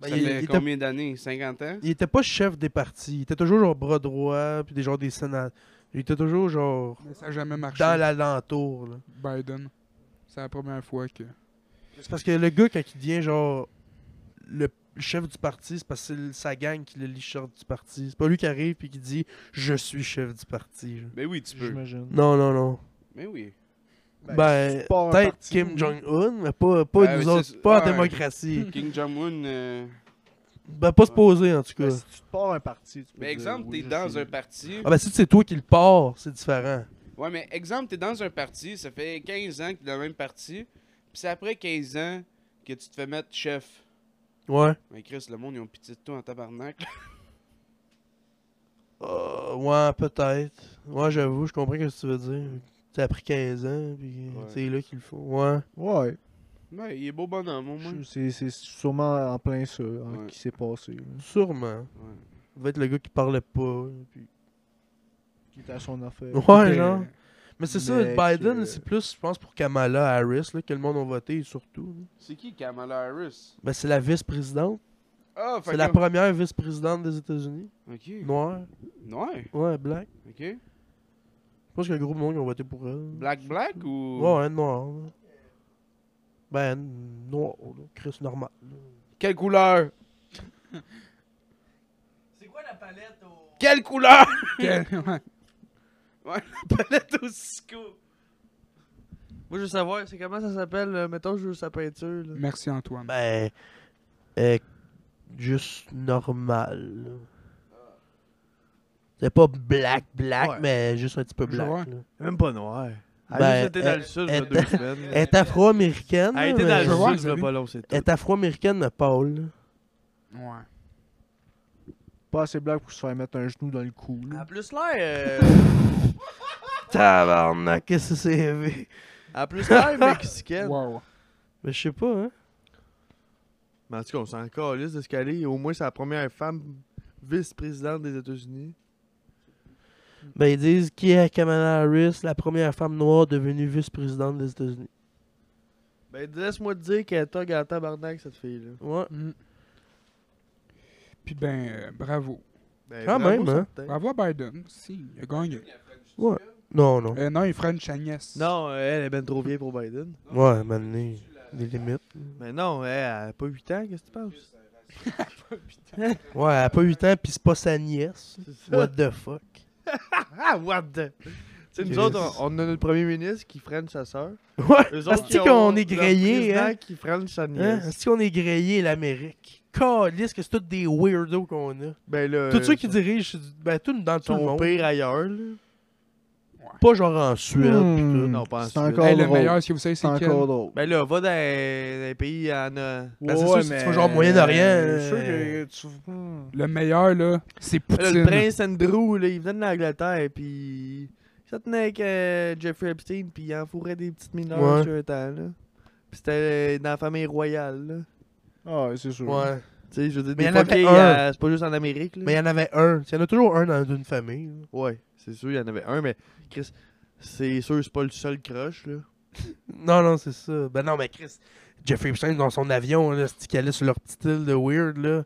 Ben,
ça
il-
fait
il était
combien d'années? 50 ans?
il était pas chef des partis. Il était toujours genre bras droit, puis des genre des sénats. Il était toujours genre
mais ça n'a jamais marché.
dans l'alentour. là.
Biden. C'est la première fois que.
C'est parce que le gars, quand il devient genre le chef du parti, c'est parce que c'est le- sa gang qui le lit chef du parti. C'est pas lui qui arrive puis qui dit je suis chef du parti. genre.
Ben oui, tu peux.
J'imagine.
Non, non, non.
Ben oui.
Ben,
c'est pas un
peut-être
parti,
Kim
là.
Jong-un, mais pas, pas
Ben,
nous
c'est-
autres, pas en
ouais.
démocratie.
King Jong-un. euh,
ben, pas se poser en tout
Ben,
cas.
si tu te pars un parti, tu peux
Ben,
dire,
exemple,
oui,
t'es
je
dans
suis-
un parti.
Ah, ben, si c'est toi qui le pars, c'est différent.
Ouais, mais exemple, t'es dans un parti, ça fait 15 ans que t'es dans le même parti. Puis c'est après 15 ans que tu te fais mettre chef.
Ouais.
Mais Chris, le monde, ils ont pitié de toi en tabarnak.
Euh, ouais, peut-être. Ouais, j'avoue, je comprends ce que tu veux dire. Ça a pris 15 ans, puis
Ouais.
c'est là qu'il le faut. Ouais.
Ouais.
Ouais, il est beau bonhomme, au moins.
Je- C'est c'est sûrement en plein ça hein,
Ouais.
qui s'est passé. là.
Sûrement.
Ouais.
Il va être le gars qui parlait pas. puis-
Qui était à son affaire.
Ouais,
que-
genre. Mais c'est ça,
Mais
Biden,
que-
c'est plus, je pense, pour Kamala Harris là, que le monde a voté, surtout. là.
C'est qui Kamala Harris?
Ben, c'est la vice-présidente.
Ah, fait
C'est la
que-
première vice-présidente des États-Unis.
Ok.
Noire.
Noir.
Ouais, black.
Ok.
Je pense qu'il y a un gros de monde qui a voté pour elle.
Black Black ou.
Ouais, ouais, noire. là. Ben, noir, là. Chris, normal. là.
Quelle couleur?
C'est quoi la palette au.
Quelle couleur?
Quel- ouais.
Palette au Cisco.
Moi, je veux savoir, c'est comment ça s'appelle, euh, mettons, je veux sa peinture. Là.
Merci Antoine.
Ben, euh, juste normal. là. C'est pas black, black,
Ouais.
mais juste un petit peu
Je vois.
black. là.
Même pas noir. Elle
Ben,
a Ah, juste été dans
elle-
le sud,
elle-
il y a deux semaines.
Elle est afro-américaine.
Elle a été
là,
dans
Ah, mais-
Je vois,
le
vous
sud, là,
avez-
pas long, c'est tout.
Elle est afro-américaine de Paul. là.
Ouais.
Pas assez blague pour se faire mettre un genou dans le cou.
Elle
là.
Ah,
a plus l'air. euh,
Tabarnak, qu'est-ce que c'est élevé.
Elle a plus l'air mexicaine.
Wow.
Mais je sais pas, hein.
Mais en tout cas, on s'en calisse de ce qu'elle est. Au moins, c'est la première femme vice-présidente des États-Unis.
Ben, ils disent qui est Kamala Harris, la première femme noire devenue vice-présidente des États-Unis.
Ben, laisse-moi te dire qu'elle togue en tabarnak, cette fille-là.
Ouais.
Mm. Puis ben, euh, bravo.
Ben,
Quand
bravo,
même, hein.
certain.
Bravo à Biden. Si, il a gagné.
Ouais. Non, non.
Euh, non, il ferait une chagnesse.
Non, elle est ben trop vieille pour Biden.
Ouais, maintenant, des limites.
Mais non, elle, elle a pas 8 ans, qu'est-ce que tu penses?
Ouais, elle a pas 8 ans, pis c'est pas sa nièce.
C'est ça.
What the fuck?
Ah, what the... Tu sais, nous
Chris.
autres, on, on a notre premier ministre qui freine sa sœur.
Ouais,
Eux autres,
est-ce
ils
Ah, qu'on
ont
est
leur
grillé,
président
hein?
qui freine sa
hein?
nièce.
Est-ce qu'on est grillé, l'Amérique? Calisse que c'est tous des weirdos qu'on a.
Ben là,
Tous ceux
euh,
qui dirigent, c'est du- ben, tout dans tout le
sont
monde.
pire ailleurs, là.
Pas genre en Suède. pis tout.
Hmm,
non, pas en
C'est
Suède.
encore
Hey, Eh, le
drôle.
meilleur, si vous savez,
C'est
c'est quel?
encore drôle.
Ben là, va dans les pays en... euh,
Ben, c'est sûr, si tu vas genre au Moyen-Orient,
euh, Je
euh,
suis sûr que tu. hmm.
Le meilleur, là, c'est
Là, le
Poutine.
prince Andrew, là, il venait de l'Angleterre, puis il se tenait avec euh, Jeffrey Epstein, puis il enfourrait des petites mineurs
Ouais.
sur un temps, là. Puis c'était euh, dans la famille royale, là.
Ah, ouais, c'est sûr.
Ouais.
Tu sais, je veux dire,
Mais il y
des
en
fois, qu'il
avait
y
un.
a- c'est pas juste en Amérique, là.
Mais il y en avait un. Il y en a toujours un dans une famille. là.
Ouais, c'est sûr, il y en avait un, mais Chris, c'est sûr, c'est pas le seul crush, là.
Non, non, c'est ça. Ben non, mais Chris, Jeffrey Epstein, dans son avion, là, c'est qu'il allait sur leur petite île de Weird, là.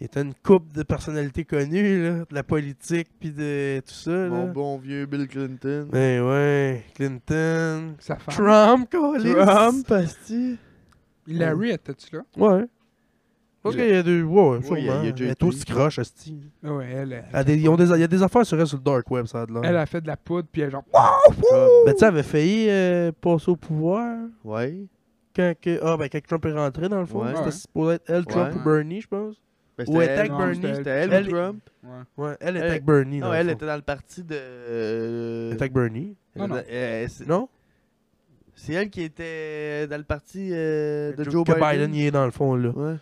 Il était une coupe de personnalités connues, là, de la politique, puis de tout ça,
Mon
là.
bon vieux Bill Clinton.
Ben ouais, Clinton,
Sa femme.
Trump, Colin.
Trump, pasti.
Larry, était-tu là?
Ouais. Je pense
Il-
qu'il y a deux. Ouais, ouais,
Ouais, il y a-
sûrement.
il y a
Elle est
JP.
aussi croche, hostie.
Ah Ouais, elle, elle,
Elle a des- ils ont des- Il y a des affaires sur elle sur le dark web, ça a de l'air.
elle a fait de la poudre, puis elle genre...
Ben tu sais, elle avait failli euh, passer au pouvoir.
Ouais.
Quand, que, ah, ben, quand Trump est rentré, dans le fond,
Ouais.
c'était
Ouais.
supposé être elle, Trump
Ouais.
ou Bernie, je pense.
Ben,
Ou
c'était
était avec
elle,
non,
Bernie.
c'était-
c'était-
c'était elle,
elle-
ou Trump.
Ouais.
Ouais, elle était
Elle-
avec Bernie.
Non,
dans le
elle
fond.
était dans le parti de...
Elle
euh,
était avec Bernie.
Non, non.
Euh, c'est-
Non?
C'est elle qui était dans le parti euh, de Joe,
que
Biden.
il est dans le fond, là.
Ouais.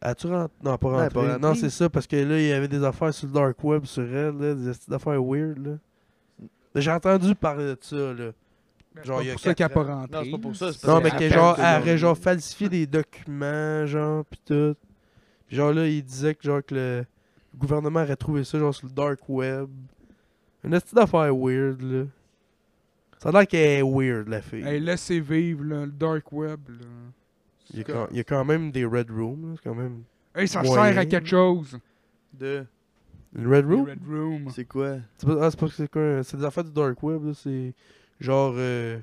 As-tu rentré? Non, pas
Non, elle
rentré.
est pas rentrée.
Non, c'est ça, parce que là, il y avait des affaires sur le dark web sur elle, là, des petites affaires weird, là. J'ai entendu parler de ça, là. Genre,
Genre,
il y a
pour ça qu'elle n'a
quatre
pas
ans.
rentré.
Non, c'est pas pour ça, c'est parce
Non,
que
mais
elle
que
parle
genre,
de
elle aurait
Bernie.
genre falsifié des documents, genre, pis tout. Pis genre là, il disait que genre que le gouvernement aurait trouvé ça genre sur le dark web. Une petite d'affaire weird, là. Ça a l'air qu'elle est weird, la fille.
Hey, laissez vivre, là, le dark web, là.
il, y a quand, il y a quand même des red rooms, là, c'est quand même...
Hey, ça
Ouais.
sert à quelque chose.
De...
Une red
Les
room?
Red Room.
C'est quoi?
C'est pas, ah, c'est pas que c'est quoi, c'est des affaires du dark web, là, c'est genre... euh,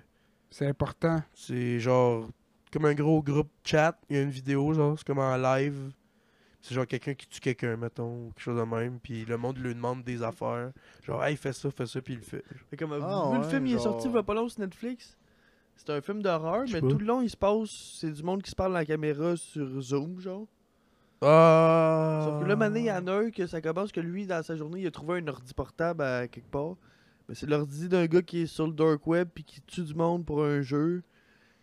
C'est important.
C'est genre comme un gros groupe chat, il y a une vidéo, genre, c'est comme en live. C'est genre quelqu'un qui tue quelqu'un, mettons, ou quelque chose de même, puis le monde lui demande des affaires. Genre, hey, fais ça, fais ça, puis il le fait.
Fait comme,
Ah,
vous- vous, le
ouais,
film, il est
genre-
sorti il va pas long sur Netflix. C'est un film d'horreur,
Je sais
mais
pas.
tout le long, il se passe... C'est du monde qui se parle dans la caméra sur Zoom, genre.
Ah!
Sauf que là, maintenant, il y en a un que ça commence que lui, dans sa journée, il a trouvé un ordi portable à quelque part. Mais c'est l'ordi d'un gars qui est sur le dark web puis qui tue du monde pour un jeu.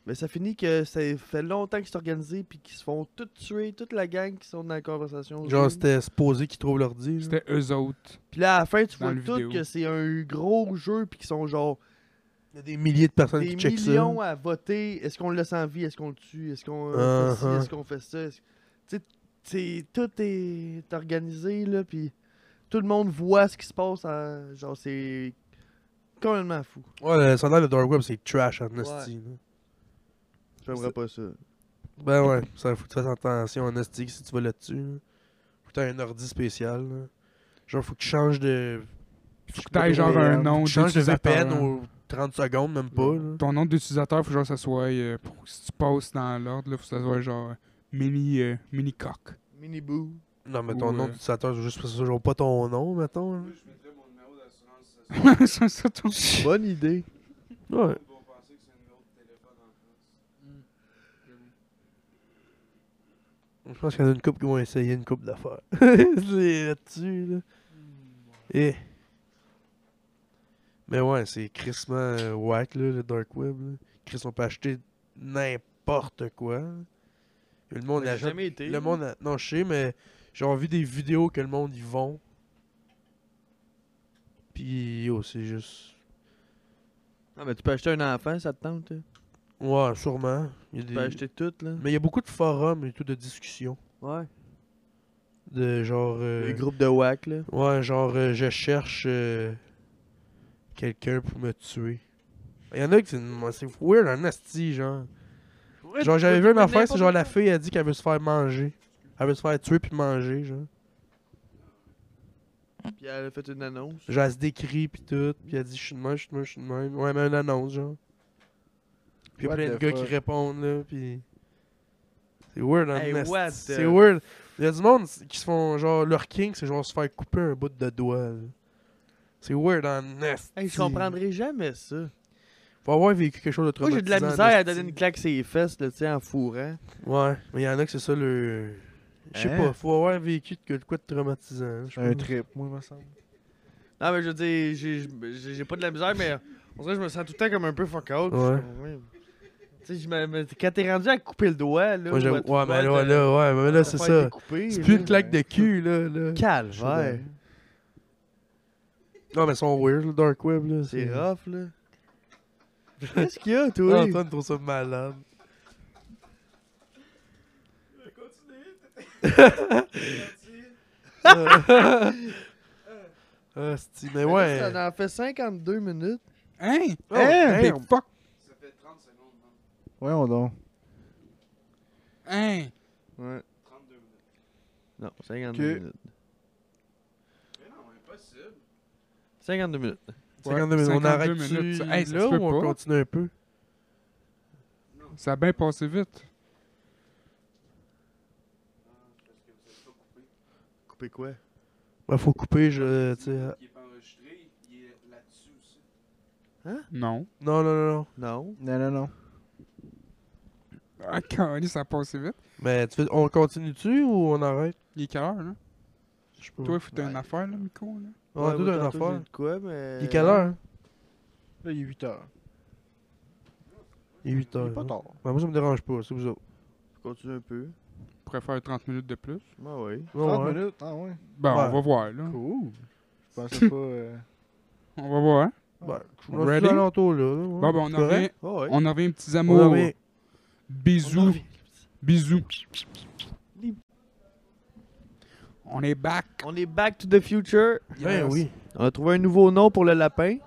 Mais ça finit que ça fait longtemps que c'est organisé puis qu'ils se font tout tuer, toute la gang qui sont dans la conversation.
Genre,
Zoom.
c'était supposé qu'il trouve l'ordi. là.
C'était eux autres.
Puis là, à la fin, tu
Dans
vois
le
tout
vidéo.
que c'est un gros jeu puis qu'ils sont genre
Il y a des milliers de personnes
des
qui checkent ça.
millions à voter. Est-ce qu'on le laisse en vie? Est-ce qu'on le tue? Est-ce qu'on euh, fait ci?
Uh-huh.
Est-ce qu'on fait ça? Est-ce- Tu sais, c'est- tout est organisé, là, puis tout le monde voit ce qui se passe. en- Genre, c'est complètement fou.
Ouais, le sondage de Dark Web, c'est trash en esti, là.
J'aimerais pas ça.
Ben ouais, ça faut que tu fasses attention en esti si tu vas là-dessus. là. Faut que t'aies un ordi spécial. là. Genre, faut que tu changes de. Faut
que t'aies genre un nom
euh, Tu changes de
d'utilisateur,
VPN
hein.
aux 30 secondes, même pas. là.
Ton nom d'utilisateur, faut genre que ça soit. euh, pour, si tu passes dans l'ordre, là, faut que ça soit genre. euh, Mini, euh, mini coq.
Mini boo.
Non, mais ton
Ou,
nom
euh,
d'utilisateur, c'est juste parce que genre pas ton nom, mettons. là.
Je mettrais mon numéro
ça,
d'assurance.
ça, ton-
Bonne idée.
Ouais.
Ils vont penser que c'est un numéro de téléphone en France.
Je pense qu'il y en a une couple qui vont essayer une couple d'affaires. c'est là-dessus, là. Eh. Mais ouais, c'est crissement euh, whack, là, le dark web. là. Chris, on peut acheter n'importe quoi. Le monde
J'ai
achète-
jamais été.
Le monde a- Non, je sais, mais j'ai envie des vidéos que le monde y vont. Puis, yo, c'est juste.
Ah, mais tu peux acheter un enfant, ça te tente. hein?
Ouais, sûrement. Il y a
Tu
des-
peux acheter tout, là.
Mais il y a beaucoup de forums et tout de discussions.
Ouais.
De genre. euh,
Les groupes de whack, là.
Ouais, genre, euh, je cherche euh, quelqu'un pour me tuer. Il y en a qui c'est moi, c'est weird, un asti, genre. Genre, j'avais vu une affaire, c'est genre la fille, elle dit qu'elle veut se faire manger. Elle veut se faire tuer puis manger, genre.
Puis elle a fait une annonce.
Genre, elle se décrit puis tout, puis elle dit, je suis de même, je suis de même, je suis de même. Ouais, mais une annonce, genre. Puis il y a
What
plein de
the
gars
fuck?
qui répondent, là, puis. C'est weird, un
Hey,
asti,
what
C'est
the-
weird. Il y a du monde qui se font, genre, leur king, c'est genre se faire couper un bout de doigt, là. C'est weird, un asti.
Hey, je comprendrais jamais ça.
Faut avoir vécu quelque chose de
Moi,
traumatisant.
j'ai de la misère à donner une claque ses fesses, là, tu sais, en fourrant.
Ouais, mais il y en a que c'est ça le. Je sais
Hein?
pas, faut avoir vécu de, de quoi de traumatisant. hein, je
C'est un
pense.
trip, moi, il me semble.
Non, mais je veux dire, j'ai- j'ai j'ai pas de la misère, mais on dirait que je me sens tout le temps comme un peu fuck out.
Ouais.
Tu sais, je me- me- quand t'es rendu à couper le doigt, là.
Moi, j'avoue-
ou à te
ouais, mais
faire,
là,
euh,
là, ouais, mais là,
te
c'est
faire
ça.
découper,
C'est
là.
plus une claque de cul, là. là.
Calvaire.
Non, mais ils sont weird, le Dark Web, là.
C'est rough, là. Qu'est-ce qu'il y a, toi?
Antoine trouve ça malade. Ah, c'est mais ouais.
Ça en fait 52 minutes.
Hein?
Oh,
Hein?
Big
damn.
fuck.
Ça fait 30 secondes, non?
Voyons donc.
Hein?
Ouais.
32 minutes.
Non, 52
Ok.
minutes.
Mais non, impossible.
52 minutes.
52 minutes. On
52
arrête
minutes, ça- hey, ça
là
se
ou
peut
on
pas.
continue un peu?
Ça a bien passé vite.
Couper quoi?
Ouais, Ben, faut couper, je, tu sais.
Il est pas enregistré, il est là-dessus aussi.
Non.
Non, non, non, non.
Non.
Non, non, non.
Ah, calme, ça a passé vite.
Mais tu fais, on continue-tu ou on arrête?
Il est quelle heure, là?
Je sais pas.
Toi, faut t'as une
Ouais.
affaire, là, Miko, là?
on a
Ouais,
tout
moi,
une
tantôt, j'ai
affaire.
dit de quoi, mais...
Il est quelle heure? hein?
Là, il est 8 heures.
Il est 8
Il
heures.
est pas
hein.
tard.
Ouais, moi, ça me dérange pas, c'est vous autres.
Continue un peu.
On pourrait faire 30 minutes de plus.
Ah oui.
Ouais,
30
ouais.
minutes, ah ouais.
Ben,
Ouais.
on va voir, là.
Cool. Je pensais pas. euh,
On va voir.
Ouais,
Cool.
Bah, on est
Ready?
tout alentour, là. là,
Bon,
ouais.
ben, on
C'est
en revient.
correct?
Ah oui.
On en revient, petits
On
amours.
en revient.
Bisous. Bisous.
Les-
On est back.
On est back to the future.
Ben
Yes.
oui.
On a trouvé un nouveau nom pour le lapin.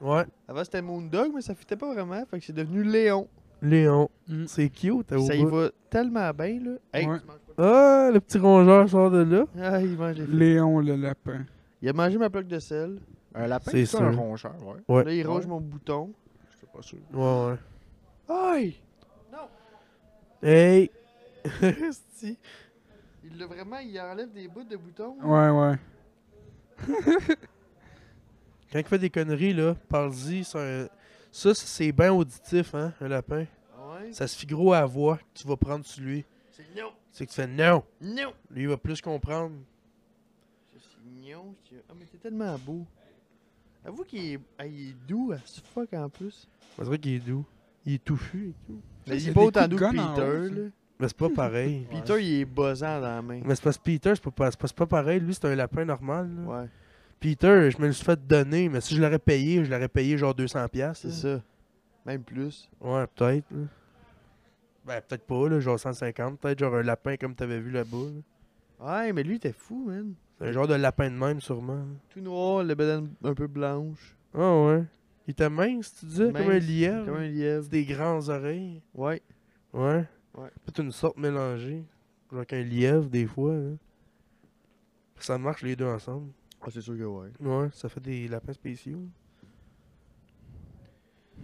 Ouais.
Avant c'était Moondog, mais ça fitait pas vraiment. Fait que c'est devenu Léon.
Léon.
Mm.
C'est cute, t'as
Puis Ça y
oublié.
va tellement bien, là. Hey,
Ouais.
tu manges pas
Ah, le petit rongeur sort de là.
de- Ah, il mange les fruits.
Léon le lapin.
Il a mangé ma plaque de sel.
Un lapin,
C'est
c'est un
sûr.
rongeur, ouais.
Ouais.
Là, il
Ouais.
ronge mon bouton.
Je suis pas sûr.
Ouais, ouais.
Aïe!
Hey!
Esti. Il l'a vraiment, il enlève des bouts de bouton.
Ouais, ouais.
Quand il fait des conneries, là, parle-y. c'est un- Ça, c'est bien auditif, hein, un lapin.
Ah Ouais.
Ça se fait gros à la voix que tu vas prendre sur lui.
C'est non,
C'est que tu fais non.
non.
Lui, il va plus comprendre.
C'est non. c'est- Ah, mais t'es tellement beau. Avoue qu'il est... ah, il est doux as fuck en plus.
C'est vrai qu'il est doux. Il est touffu et tout.
Mais
il
il
y a
est pas
des
autant
coups de
doux que
gun en haut, ça.
Peter, là.
Mais c'est pas pareil.
Peter, il est buzzant dans la main.
Mais c'est parce que Peter, c'est pas, pa- c'est pas, c'est pas pareil. Lui, c'est un lapin normal. là.
Ouais,
Peter, je me le suis fait donner, mais si je l'aurais payé, je l'aurais payé genre 200$. piastres,
c'est
là.
ça. Même plus.
Ouais, peut-être. là. Ben, peut-être pas, là, genre 150$. Peut-être genre un lapin comme t'avais vu là-bas. là.
Ouais, mais lui, t'es fou, man.
C'est un genre de lapin de même, sûrement.
Tout noir, le bedaine un peu blanche.
Ah ouais. Il était mince, tu disais, comme un
Mince,
lièvre.
Comme un lièvre.
Des grandes oreilles.
Ouais.
Ouais.
Ouais.
Peut-être une sorte mélangée. Genre qu'un lièvre, des fois. hein. Ça marche les deux ensemble.
Ah, c'est sûr que ouais.
Ouais, ça fait des lapins spéciaux.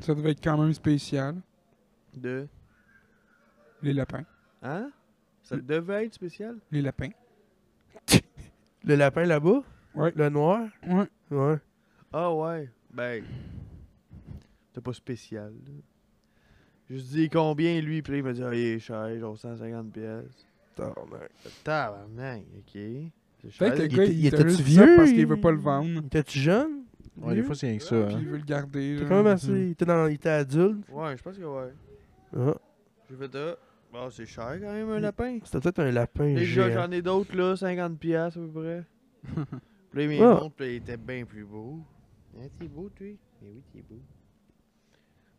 Ça devait être quand même spécial,
De.
les lapins.
Hein? Ça devait être spécial?
Les lapins.
Le lapin là-bas
Ouais.
Le noir
Ouais.
Ouais.
Ah ouais. Ben. C'était pas spécial. là. Je dis combien lui, puis là, il m'a dit, ah, il est cher, genre 150 pièces.
Tabarnak.
Tabarnak, ok. C'est cher.
Peut-être que le
il
gars,
était-
il,
il
était
était-tu
juste dit ça
vieux,
parce qu'il veut
il-
pas le vendre.
Était-tu jeune
Ouais, des fois, c'est rien que ça.
Puis
hein.
il veut le garder.
T'es
là.
quand même assez. Il était, dans... il était adulte.
Ouais, je pense que ouais.
Ah,
J'ai fait ah, Bon, c'est cher quand même un lapin.
C'était peut-être un lapin.
Déjà,
géant.
j'en ai d'autres là, 50 pièces à peu près. puis là, il
Ah.
me montre, puis il était bien plus beau. Hein, t'es beau, tu Mais oui, t'es beau.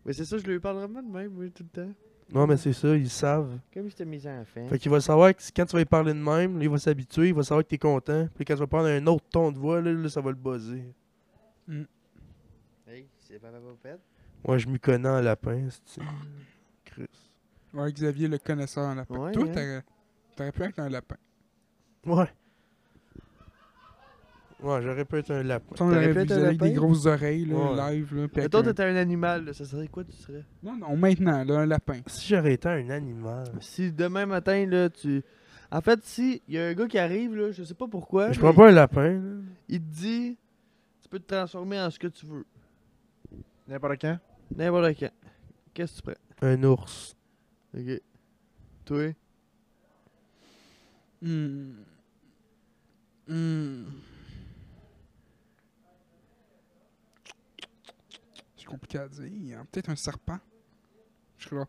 Mais c'est ça, je lui parle vraiment de même, oui, tout le temps.
Non, mais c'est ça, ils le savent.
Comme j'étais mis enfant.
Fait qu'il va savoir que si- quand tu vas lui parler de même, là, il va s'habituer, il va savoir que t'es content. Puis quand tu vas prendre un autre ton de voix, là, là, ça va le buzzer.
Hey, c'est papa Popette.
Moi, je m'y connais en lapin, c'est Chris.
Ouais, Xavier le connaisseur en lapin.
Ouais,
Toi,
hein.
t'aurais- t'aurais pu être un lapin.
Ouais. Ouais, j'aurais pu être un lapin.
Ça, on
T'aurais
aurait
pu
vu
être un
Xavier avec des
lapin?
grosses oreilles, là,
Ouais.
live. Là, puis avec
Mettons,
un-
t'étais un animal, là, ça serait quoi tu serais
Non, non, maintenant, là, un lapin.
Si j'aurais été un animal.
Si demain matin, là, tu. En fait, si il y a un gars qui arrive, là, je sais pas pourquoi.
Je
mais
prends pas un lapin. là.
Il te dit, tu peux te transformer en ce que tu veux.
N'importe quand.
N'importe quand. Qu'est-ce que tu prends
Un ours.
Ok. Toi
Hmm. Hmm. C'est compliqué à dire. hein. Peut-être un serpent. Je crois.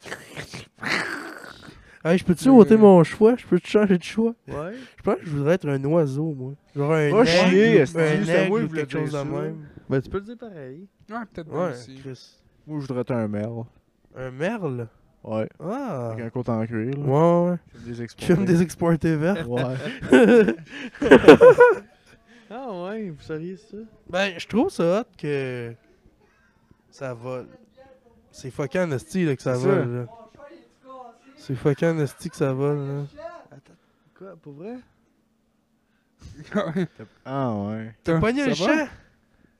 Hey, je peux-tu
Euh,
ôter mon choix? Je peux-tu changer de choix?
Ouais.
Je pense que je voudrais être un oiseau, moi. Genre un
Va
aigle,
chier,
un
esti, c'est moi
aigle
qui
ou
voulais
quelque chose de
dire ça.
même.
Ben, tu peux le dire pareil.
Ouais, peut-être bien
Ouais,
aussi.
Chris.
Moi, je voudrais être un merle.
Un merle?
Ouais.
Ah!
Avec un côte en
Ouais,
cuir, là.
ouais.
Comme des
Tu fumes des exportés verts?
Ouais.
Ah ouais, vous seriez ça?
Ben, je trouve ça hot que ça vole. C'est fucking esti là, que ça
C'est ça.
vole. là. C'est fucking esti que ça vole. Là.
Quoi, pour vrai?
Ah, ouais.
T'as
Pogné le
chat?
champ!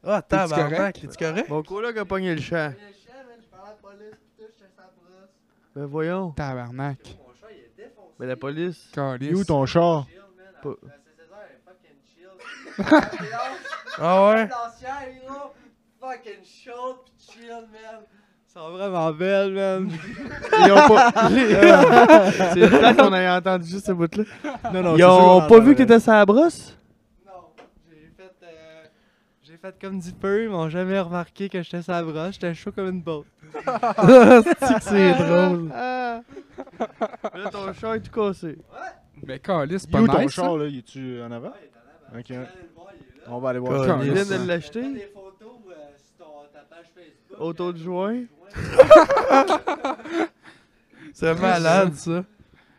Ah,
T'es-tu
tabarnak, t'es-tu correct?
Mon coloc a pogné le chat. Ben voyons.
Tabarnak.
Mais la police.
Calice.
Et où ton char?
Pas...
Ah ouais?
Fucking chaud pis chill, man.
Ils sont vraiment belles, man. Ils ont pas. C'est le temps qu'on ait entendu juste ce bout-là.
Non, non,
Ils ont pas vu que t'étais sur la brosse?
Non, j'ai fait. Euh...
J'ai fait comme du peu, ils m'ont jamais remarqué que j'étais sa broche, j'étais chaud comme une botte.
C'est drôle.
Ah! Là, ton chat est tout cassé.
Mais Calice,
Il est
pas
où ton
nice. ça?
char, là? Il est-tu en avant? Ok.
Allez le voir, il est là.
On va aller voir.
Calice.
ça.
Ah,
Il
yes.
vient de
Fais
l'acheter.
des photos euh, sur ton, ta page Facebook.
Auto de
euh,
joint.
C'est malade ça.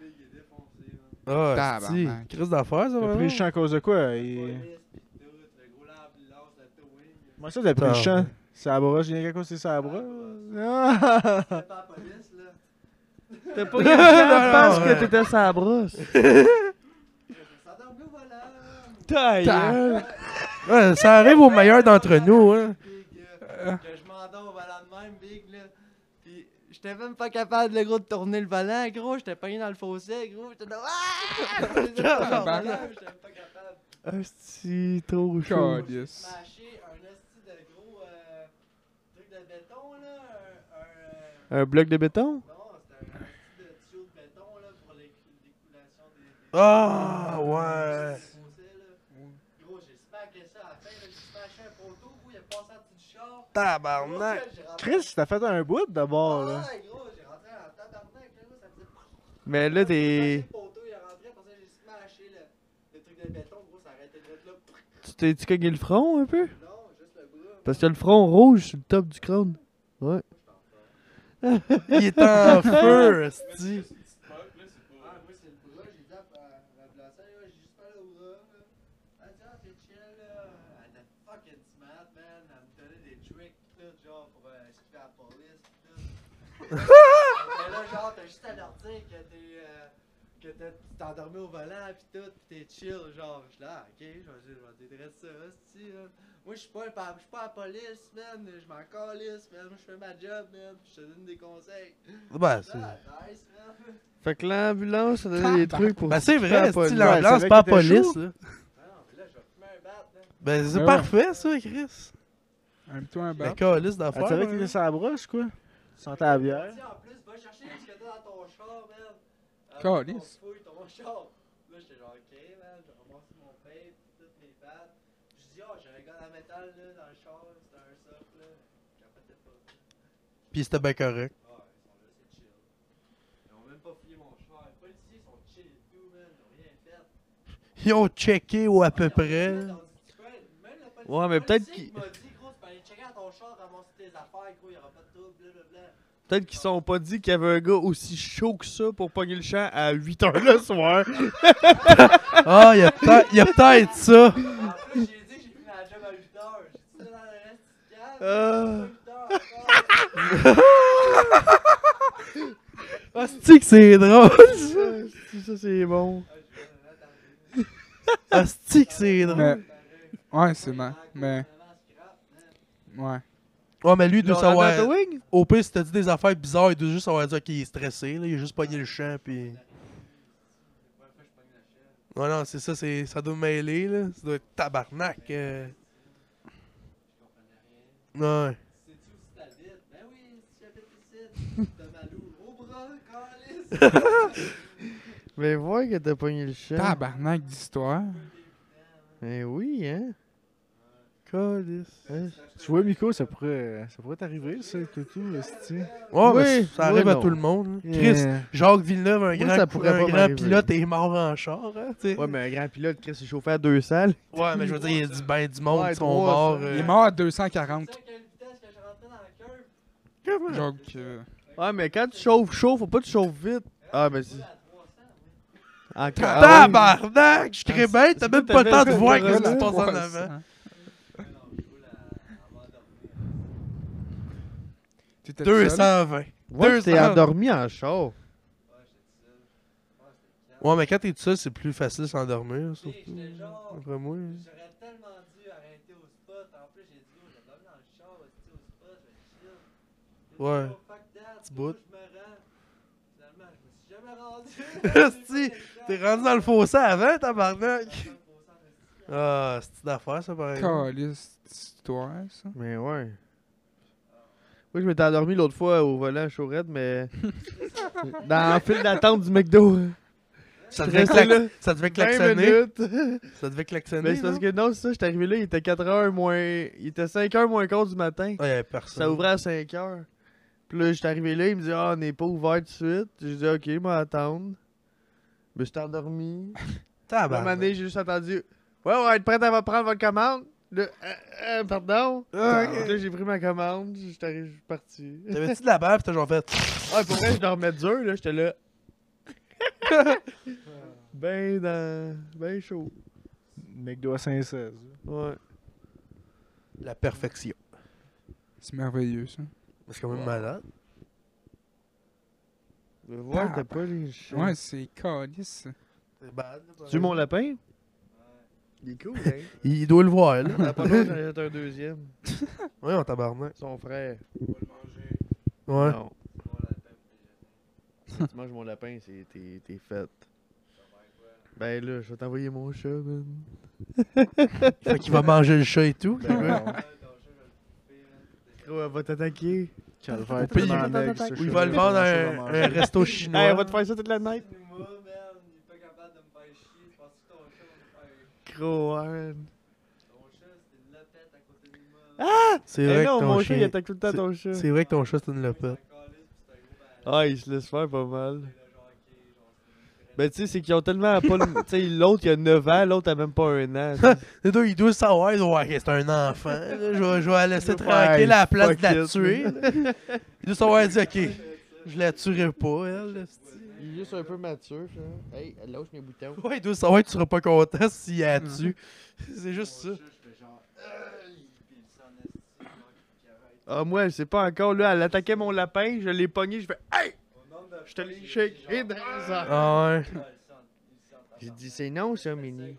Il est défoncé, man.
Ah, esti.
Tabarnak.
Crise d'affaires ça,
T'as pris
vraiment.
le champ à cause de quoi? Il-
Police pis tout, le gros l'ambulance, le towing. euh,
Moi, ça, t'as pris le
Putain.
champ. C'est à broche, il y a quelqu'un, c'est ça à broche. Ah!
C'était pas la police, là.
T'as pas eu le chat parce que t'étais sur la brosse.
Ça dormait au volant.
Taille!
Ouais, ça arrive aux meilleurs d'entre nous, hein.
Big, euh, que je m'endors au volant de même, big, là. Pis j'étais même pas capable, le gros, de tourner le volant, gros. J'étais pogné dans le fossé, gros. J'étais là. Ah! J'étais pas capable.
Hostie, trop chaud.
hein? Calice.
Mâcher un esti de gros euh, truc de béton, là. Un. un euh,
Un bloc de béton?
Non, c'était un esti de tuyau de béton, là, pour l'éc- l'écoulation des. des-
Ah, ouais.
fossés, là. Gros, j'ai smacké ça à la fin, là, j'ai smacké un poteau, gros, il est passé en dessous du char.
Tabarnak.
Gros, j'ai rentré-
Chris, t'as fait un bout d'abord, là.
Ah, gros, j'ai rentré en tabarnak, là, ça faisait.
Mais là,
J'ai
t'es.
smacké le poteau, il est rentré, pour ça, j'ai smaché le, le truc de béton, gros, ça arrêtait de là.
Tu t'es-tu cogné le front un peu?
Non, juste le bras.
Parce que le front rouge sur le top du crâne. Ouais.
Il est en feu, esti.
Ah, moi, c'est le bras, j'ai dit ah, bah, à à- à Blancet, là, ah, j'ai juste mal au bras, là. Ah, Elle dit, ah, t'es chill, là. Elle était fucking smart, man. Elle me donnait des tricks. tout, genre, pour euh, esquiver la police, pis tout. Mais là, genre, t'as juste à leur dire que t'es. euh, que t'es- tu t'es endormi au volant, pis tout, pis t'es chill, genre. Je suis là, ok, je vais je vais dédresser ça, hostie, là. Moi, je suis pas, un pa- je suis pas la police, man. Je m'en calisse, man. Je fais ma job, man. pis Je te donne des conseils.
Ben, c'est
Ah, nice, man.
Fait que l'ambulance, ça donnait des trucs pour.
ben, c'est
Pas
vrai,
la police.
c'est l'ambulance,
Ouais,
pas la
c'est vrai qu'il était
police. là.
Ah non, mais là, je vais fumer un bat, man.
Ben, c'est
Ouais.
parfait, ça, Chris.
Aime-toi un
La
bat.
calice
Elle
d'affaires.
savait
hein.
Ah, qu'il était sur la broche, quoi. Tu sentais la bière.
Tiens, en plus, va chercher ce que t'as dans ton char, man. Ah,
Calisse.
On fouille ton char. Là, j'étais genre, ok, man, j'ai ramassé mon pape, toutes mes pattes. Je dis, oh, j'ai un gars en métal, là, dans le char, c'était un soft, là. Capotait pas.
Puis c'était bien correct.
Ah, ils sont là, c'est chill. Ils ont même pas fouillé mon char. Les policiers sont chill et tout, man, ils ont rien fait.
Ils ont checké ou à peu
Ah, ils
près.
ont rien
là.
fait, ils ont dit, tu peux aller- même le policier-
Ouais, mais
le
peut-être
policier
qu'ils-
m'a dit, gros, tu peux aller checker à ton char, ramasser tes affaires, gros, il y aura pas de trouble, blablabla.
Peut-être qu'ils sont pas dit qu'il y avait un gars aussi chaud que ça pour pogner le champ à 8h le soir.
Ah, il y a peut-être- il y a peut-être ça.
En plus, Ah, j'ai dit que j'ai fini la job à 8 heures. J'ai dit ça dans le reste du câble.
Euh.
Ah, c'est que c'est drôle, ça.
ça, c'est bon.
Ah, c'est que c'est drôle.
Mais... Ouais, c'est mal. Mais, ouais.
Ouais, mais lui, il doit
Genre,
savoir.
Anna Wing?
Au pire, si t'as dit des affaires bizarres, il doit juste savoir dire qu'il est stressé. Là. Il a juste pogné le champ, puis. Ouais, non, c'est ça, c'est... ça doit mêler, là. Ça doit être tabarnak. euh. Ouais.
Sais-tu où t'habites? Ben oui, si j'habite ici. T'as ma loue au bras, calice.
Mais voir que t'as pogné le champ.
Tabarnak d'histoire.
Mais oui, hein.
Calice.
Hein?
Tu vois, Miko, ça pourrait, ça pourrait t'arriver, ça, que tout, esti.
Ouais, mais
Oui,
ça arrive
oui,
à
non.
tout le monde. là. Chris,
Yeah.
Jacques Villeneuve, un
Moi,
grand,
ça pourrait
un
pas
grand
m'arriver.
pilote, est mort en char. Hein, tu sais.
Ouais, mais un grand pilote, Chris, s'est chauffé à 200. là.
Ouais, mais je veux dire, il y a du ben du monde
Ouais,
qui sont
trois,
morts.
ça.
euh,
Il est mort à
Tu
240.
sais à quelle vitesse que je rentrais dans la curve?
Donc, euh,
Ouais, mais quand tu chauffes chaud, faut pas que tu chauffes vite. Ah, mais c'est.
À 300, oui.
Encore. Ah oui.
Tabarnak! Je serais bête, t'as même pas le temps de voir
t'avais
qu'est-ce qui se
fait
passe en
ouais,
avant.
ça.
Mais non, je roule à- avant de dormir.
T'étais tout seul?
220.
Ouais, t'es
200.
endormi en char.
Ouais, j'étais seul. Ouais, c'était calme.
Ouais, mais quand t'es tout seul, c'est plus facile de s'endormir,
Puis,
surtout. euh,
j'étais genre.
Après moi.
J'aurais tellement dû arrêter au spot. En plus, j'ai dit, oh, j'ai dormi dans le char, hostie, au spot, je vais chill. J'ai dit,
Ouais.
oh, fuck that,
Petit
faut
bout.
que Je me rends. Finalement, je me suis jamais rendu.
Hostie, T'es rendu dans le fossé avant, tabarnak! Ah, c'est une affaire, ça, pareil.
Calisse d'histoire, ça.
Mais ouais. Moi, je m'étais endormi l'autre fois au volant à Chaurette, mais. Dans le fil d'attente du McDo.
Ça
Je
devait,
restais
clac-
là
ça devait
20
klaxonner.
minutes.
Ça devait klaxonner.
Mais c'est parce
là.
que non, c'est ça, j'étais arrivé là, il était 4h moins. Il était 5h moins quart du matin.
Ouais, Ah, y avait personne.
Ça ouvrait à 5h. Puis là, j'étais arrivé là, il me dit Ah, on n'est pas ouvert tout de suite. J'ai dit Ok, moi, attendre. Mais j'étais endormi.
Ah,
À un moment
Tabarnak.
donné, j'ai juste entendu Ouais, ouais, êtes prête à prendre votre commande Là, Euh, euh, Pardon
Ah, ok.
Là, j'ai pris ma commande, j'étais arri- je suis parti.
T'avais-tu de la bave, pis t'as genre fait.
Ouais, pour vrai, je dormais dur, là, j'étais là. ben dans. Ben chaud.
McDo à 516.
Ouais.
La perfection.
C'est merveilleux, ça.
C'est quand même malade.
Le voir, t'as pas les chiens.
Ouais, c'est calisse. ça.
C'est bad, là,
Tu
pareil.
veux mon lapin Il est cool, hein
Il doit le voir, là.
T'as pas peur que j'en jette un deuxième
Ouais, on tabarnak.
Son frère.
Ouais.
Non. Si tu manges mon lapin, c'est t'es, t'es fait. Ben là, je vais t'envoyer mon chat, man.
Fait qu'il va manger le chat et tout.
Ben ouais, on- Gros, elle va t'attaquer.
Calvaire,
Puis,
tellement
il-
maigre, ce
Ou il
chat-là,
va le vendre à un,
comment ça va
un
manger?
resto chinois.
Hey, on va te faire ça toute la night.
Numa, merde, il est pas capable de me faire chier. Penses-tu que ton chat va me faire
Gros, hein. man.
Ton chat, c'était une lopette à côté de Numa. Ah,
C'est
Eh
vrai
non,
que ton
mon chat, il
chien.
attaque tout le temps ton chat.
C'est vrai que ton chat, c'est une lopette.
Ah, il se laisse faire pas mal. Ben, tu sais, c'est qu'ils ont tellement pas le. Tu sais, l'autre, il a 9 ans, l'autre, a même pas un an.
Les deux, ils doivent savoir. ils doivent, Ouais, c'est un enfant. là, Je vais, je vais la laisser
Ouais,
tranquille à la place de la
fuck it.
tuer. Ils doivent savoir dire, OK, je la tuerai pas, elle. là, c'ti.
Il est juste un peu mature, ça. Hey, lâche mes boutons.
Ouais, ils doivent savoir que tu seras pas content s'il la
Mm-hmm.
tue. C'est juste ça.
Ah, moi, je sais pas encore, là, elle attaquait mon lapin, je l'ai pogné, je fais Hey!
Au nombre de
Je te
fois,
l'ai
j'ai-
shake
j'ai
et
genre-
dans ça.
Ah ouais.
J'ai dit, c'est non, ça, Mini.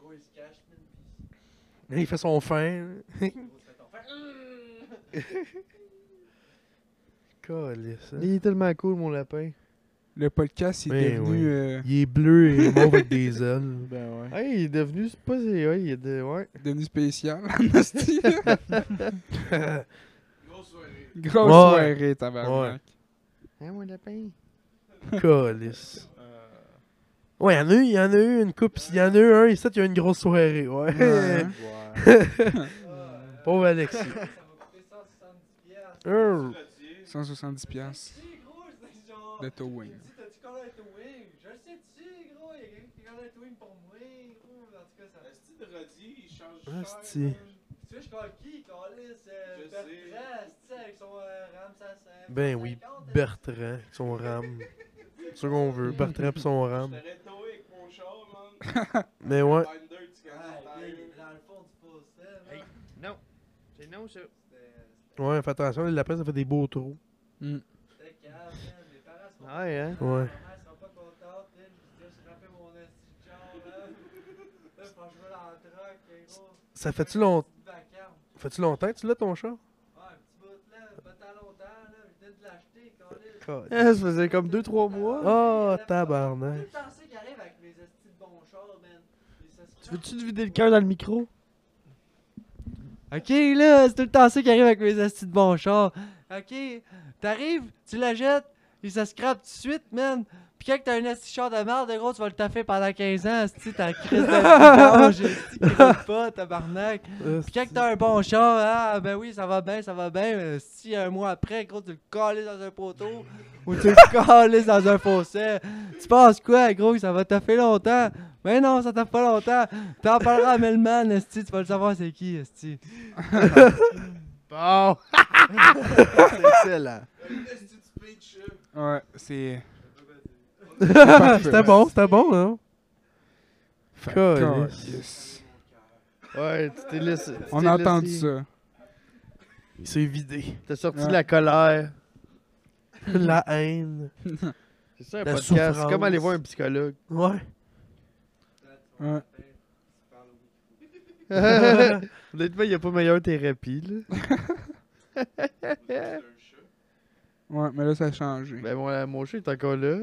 Il fait son fin. Calisse, hein.
Il est tellement cool, mon lapin.
Le podcast il est
Ben
devenu.
oui.
euh,
Il est bleu et mauve avec des ailes.
Ben ouais.
Hey, il est devenu. C'est pas. c'est- Ouais, il est de. Ouais.
devenu spécial, en esti.
Grosse soirée.
Grosse
Ouais.
soirée, tabarnak.
Hein, mon lapin?
Calisse. Ouais, il y en a eu, il y en a eu une coupe. Il y en a eu un ici, il y a eu une grosse soirée. Ouais.
Ouais.
Pauvre Alexis. Euh,
170 hein. piastres de
Il
towing.
me dit, t'as-tu collé un towing? Je le sais-tu, gros? Il y a quelqu'un qui colle un towing pour moi, gros. En tout cas, ça.
Asti de Roddy, il change
Ah,
cher,
asti.
là.
Tu sais, je colle qui? Calisse,
Je
euh, Bertrand, c'est-tu, avec son euh, Ram 500,
Ben oui,
50, euh,
Bertrand, son rame. C'est ce qu'on veut, Bertrand pis son
Je
rame.
t'aurais towé avec mon char, man.
Mais ouais,
Binder, tu
Ah,
connais,
il est
binder.
dans le fond du pouce, hein, là.
Hey. Non. C'est non, ça.
C'était-
ouais, fais attention, les lapins, ça fait des beaux trous.
C'était calme, hein. Mes parents
Ah,
sont
Ouais, hein.
Ouais.
Ma mère sera pas contente, elle. Je vais scraper mon esti de char, là. Là, faut que je me la troque, gros.
Ça fait-tu long...
Petite vacarme.
fait-tu longtemps que tu l'as ton chat?
Ouais, un petit bout, là. Pas tant longtemps, là. Je venais de l'acheter, calisse.
Ah, ça faisait comme 2-3 mois.
Oh,
Tout
tabarnak.
le temps ça qui arrive avec mes estis de bon char, man. Et ça se
Tu veux-tu te vider le cœur dans le micro?
Ok, là, c'est tout le temps ça qui arrive avec mes astis de bon char. Ok, t'arrives, tu la jettes, et ça scrape tout de suite, man. Puis quand t'as un asti de char de merde, gros, tu vas le taffer pendant 15 ans, asti, t'as crise de j'ai asti qui roule pas, tabarnak.
Euh,
Puis quand t'as un bon char, ah, ben oui, ça va bien, ça va bien. mais Si un mois après, gros, tu le colles dans un poteau ou tu le colles dans un fossé, tu penses quoi, gros, que ça va taffer longtemps? Mais non, ça taffe pas longtemps. T'en parleras à Melman, esti, tu vas le savoir c'est qui, esti.
Bon! c'est excellent.
Asti de speech, euh,
Ouais, c'est.
C'était bon, c'était bon, hein? là.
Fait
Calisse.
calisse.
Ouais, tu t'es laissé. tu
On
t'es
a entendu
laissé-
ça.
Il s'est vidé.
T'as sorti
Ouais.
de la colère.
La haine.
C'est ça, un
La
podcast. C'est
souffrance.
comme aller voir un psychologue.
Ouais.
Ouais.
Honnêtement, il n'y a pas meilleure thérapie, là.
d'un chat.
Ouais, mais là, ça a changé.
Ben, mon, mon chat est encore là.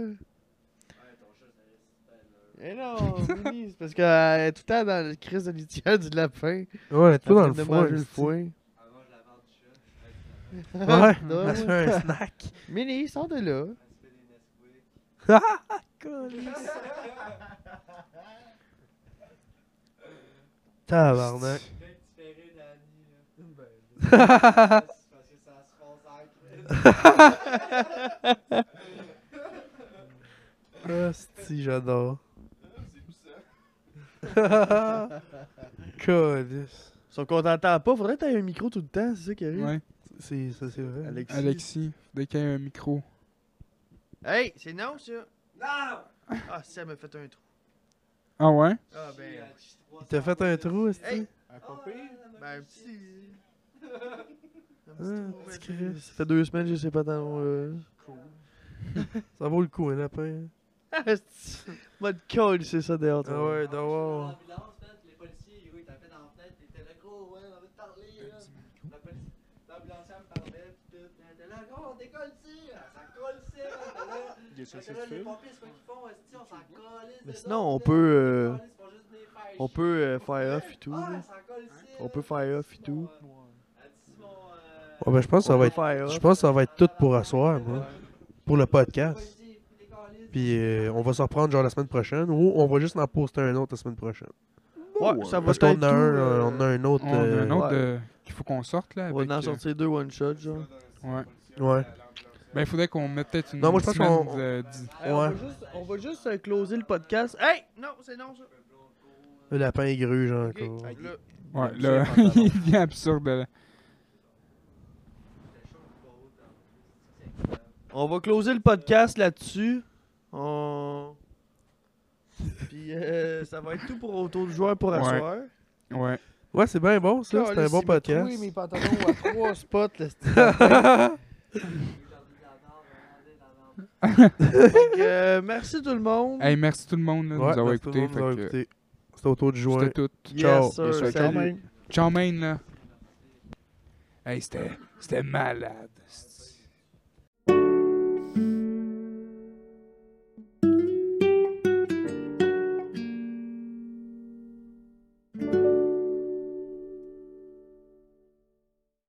Eh non, Mini, c'est parce qu'elle est tout le temps dans le crise de litière du lapin.
Ouais, tout
en train
dans le
de
foin.
manger le foin.
Avant, je la vends du chat.
Ouais,
Non,
ça se
ouais.
fait un snack.
Mini, sors de là.
Elle se fait des Nesquik.
Calisse. Tabarnak.
Quand tu fais rire Dani, là. Ben, c'est parce que ça se passe en crise.
Hostie, j'adore.
C'est puissant.
Calisse.
Sauf qu'on t'entend pas, faudrait que t'aies un micro tout le temps, c'est ça qui arrive.
Ouais,
C'est, ça, c'est vrai.
Alexis.
Alexis, dès qu'il y a un micro.
Hey, c'est non ça?
Non!
Ah, ça m'a fait un trou.
Ah ouais?
Ah ben.
Il t'a fait un trou, est-ce
Hey!
Ben,
Ben petit.
Ah, petit Chris.
Ça fait deux semaines que j'ai ces pantalons là.
euh, Ça vaut le coup, hein, un lapin.
Mode colle, c'est ça dehors. toi.
Ah ouais,
Dans
d'avoir.
l'ambulance, man, les policiers, ils- ils tapaient dans la fenêtre, ils étaient là, gros, ouais, on veut te parler, là. La police- L'ambulancière me parlait, pis tout. Elle était là, gros, on décolle ici, là, ça hein? colle ici, là, elle était là.
Il est
Fait que là, les pompiers, c'est quoi qu'ils font, esti, on s'en colle ici,
Mais
les
sinon,
autres,
on
là.
peut, euh,
Ils sont juste venus faire
On
chier.
peut euh, faire off et tout.
Ah,
là.
ça colle ici,
On
là.
peut faire off et tout.
Elle dit, Simon, euh,
Ouais, ben, je pense que ça
On
va
peut
être.
faire
Je
off.
pense que ça va être tout pour asseoir, moi. Pour le podcast.
Vas-y, les câlisses.
Puis euh, on va s'en reprendre genre la semaine prochaine ou on va juste en poster un autre la semaine prochaine.
Ouais, ça va
Parce
être
qu'on
tout,
a un,
euh,
euh, on a un autre.
On a un
euh,
autre
ouais.
euh, qu'il faut qu'on sorte là.
On
Avec,
va en
euh,
sortir deux one shot, genre.
Ouais.
Ouais.
Ben, il faudrait qu'on mette peut-être une
Non, moi, je pense
semaine
qu'on-
de- d'i-
Hey, on va
Ouais.
juste, on va juste euh, closer le podcast. Hey! Non, c'est non ça.
Le lapin est gruge encore.
Ok, là.
Ouais,
Il
là,
absurde,
il devient absurde. là.
On va closer le podcast là-dessus. On... Puis euh, ça va être tout pour autour du joueur pour
Ouais.
asseoir.
Ouais.
Ouais, c'est bien bon, ça. C'est un bon podcast.
Oui, mes pantalons à trois spots, le style. Fait que, euh, merci tout le monde.
Hey, merci tout le monde là, de
Ouais,
nous avoir
merci tout le
écoutés.
monde de nous
fait
avoir
que
écoutés. C'était autour du joint.
C'était tout.
Ciao.
Yes, sir.
Yes, sir.
salut.
Ciao, man, là. Hey, c'était c'était malade.